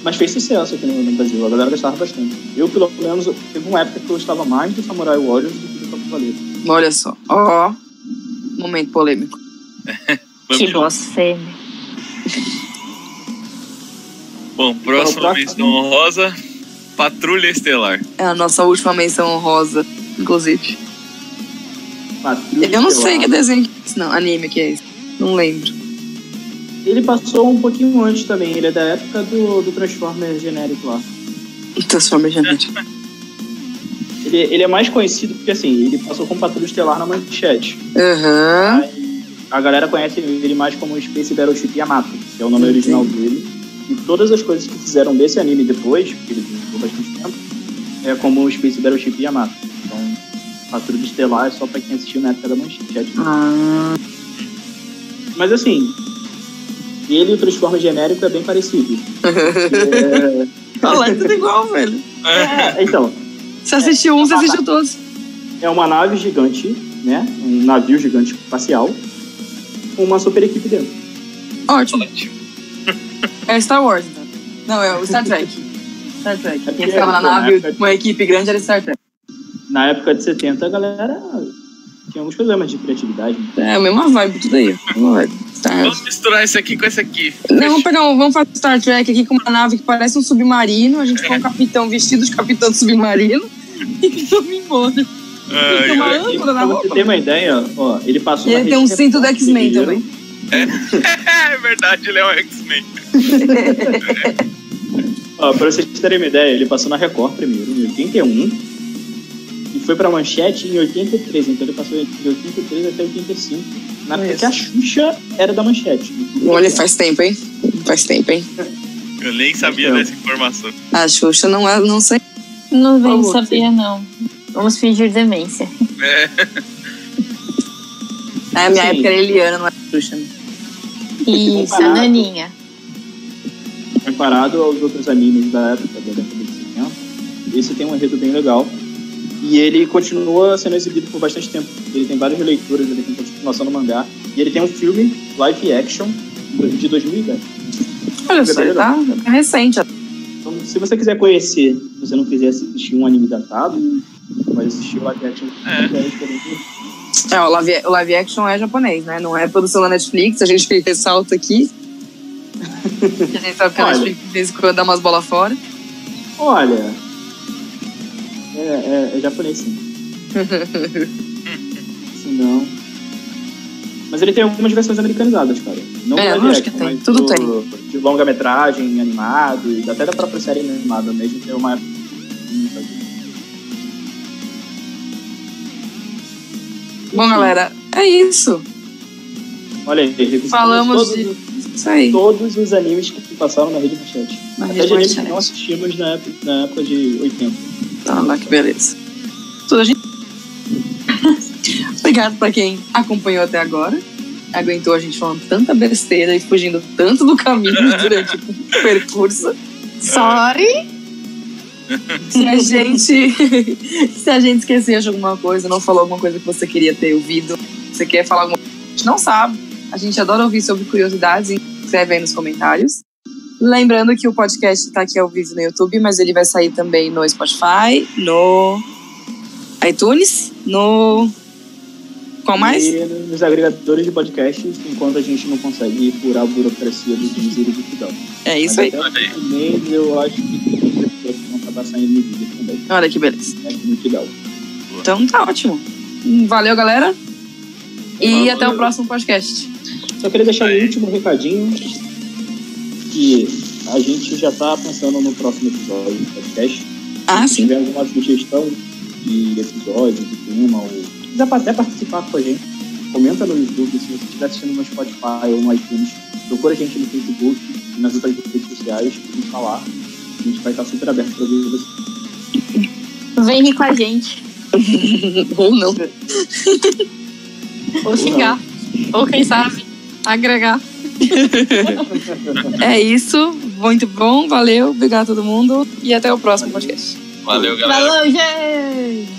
Mas fez sucesso aqui no, no Brasil, a galera gostava bastante. Eu, pelo menos, teve uma época que eu gostava mais do Samurai Warriors do que do Cavaleiro. Olha só. Ó, momento polêmico. Que blasfêmia. Bom, Bom, próxima próximo. menção honrosa. Patrulha Estelar. É a nossa última menção honrosa, inclusive. Patrulha Eu não sei que Estelar. desenho que é esse, não. Anime que é esse. Não lembro. Ele passou um pouquinho antes também, ele é da época do, do Transformer genérico lá. Transforma gente. Ele, ele é mais conhecido porque, assim, ele passou com Patrulha Estelar na manchete. Aham. A galera conhece ele mais como Space Battleship Yamato, que é o nome original dele. E todas as coisas que fizeram desse anime depois, porque ele durou bastante tempo, é como Space Battleship Yamato. Então, Patrulha Estelar é só pra quem assistiu na época da manchete. né? Ah, Mas, assim, ele e o Transformer genérico é bem parecido. É, Olha lá, é tudo igual, velho. é, então, Você assistiu um, você assistiu todos. é uma nave gigante, né? Um navio gigante espacial, com uma super equipe dentro. Ótimo. É Star Wars, então. Não, é o Star Trek. Star Trek. Quem ficava na nave com uma equipe grande era Star Trek. Na época de 70, a galera tinha alguns problemas de criatividade. É a mesma vibe, tudo aí. Mesma vibe. Star É. Vamos misturar esse aqui com esse aqui. Não, vamos pegar um, vamos fazer Star Trek aqui com uma nave que parece um submarino. A gente põe um capitão vestido de capitão de submarino [laughs] e vamos embora. Tem que ter Ai, uma ai. âncora na Pra você roupa. ter uma ideia, ó, ele passou. E ele na tem um revista cinto do Forte X-Men Guerreiro. também. É verdade, ele é um X-Men. Ó, pra vocês terem uma ideia, ele passou na Record primeiro, em 81. E foi pra Manchete em 83. Então ele passou de 83 até 85. Na época Isso. que a Xuxa era da Manchete. Olha, faz tempo, hein? Faz tempo, hein? Eu nem sabia Não. dessa informação. A Xuxa não, é- não sei. Não vem Falou, sabia, não. Vamos fingir demência. É, Na é minha Sim. época era Eliana, não era Xuxa. né? Isso, a Comparado. Naninha. comparado aos outros animes da época, da década de 70. Esse tem um enredo bem legal. E ele continua sendo exibido por bastante tempo. Ele tem várias leituras, ele tem continuação no mangá. E ele tem um filme, live action, de 2010. Olha só, ele tá tá recente. Então, se você quiser conhecer, se você não quiser assistir um anime datado, pode assistir o live action. É. que é diferente. É, o live, o live action é japonês, né? Não é produção da Netflix, a gente [laughs] ressalta aqui. A gente sabe que a Olha. Netflix de vez em quando dá umas bolas fora. Olha... É, é, é [laughs] japonês, sim. Se não... Mas ele tem algumas versões americanizadas, cara. Não É, live lógico que action, tem. mas Tudo do- tem. De longa-metragem, animado, e até da própria série animada mesmo. Tem uma época que não fazia. Bom, galera, é isso. Olha aí, revisitamos Falamos todos, de- Isso aí. todos os animes que passaram na Rede Manchete. Na Até de Rede animes que não Manchete. assistimos na época, na época de 80. Tá lá, que beleza. Tudo a gente. [laughs] Obrigado pra quem acompanhou até agora. Aguentou a gente falando tanta besteira e fugindo tanto do caminho durante [laughs] o percurso. Sorry. Se a gente. [laughs] se a gente esqueceu de alguma coisa, não falou alguma coisa que você queria ter ouvido, você quer falar alguma coisa que a gente não sabe. A gente adora ouvir sobre curiosidades, escreve aí nos comentários. Lembrando que o podcast tá aqui ao vivo no YouTube, mas ele vai sair também no Spotify, no iTunes, no. Qual mais? E nos agregadores de podcasts, enquanto a gente não consegue furar a burocracia do Dinheiro do Fidel. É isso Mas aí. até o Olha aí. fim do mês, eu acho que vão acabar saindo medidas também, Olha que beleza. né, aqui no Fidel. Então tá ótimo. Valeu, galera. E Valeu. até o próximo podcast. Só queria deixar um último recadinho que a gente já está pensando no próximo episódio do podcast. Ah, Se sim. tiver alguma sugestão de episódio, de tema, ou quiser até participar com a gente, comenta no YouTube, se você estiver assistindo no Spotify ou no iTunes, procura a gente no Facebook e nas outras redes sociais pra gente falar. A gente vai estar super aberto para ouvir você. Vem rir com a gente. Ou não. Ou xingar. Ou quem sabe, agregar. É isso. Muito bom. Valeu. Obrigado a todo mundo. E até o próximo podcast. Valeu, galera. Falou, gente!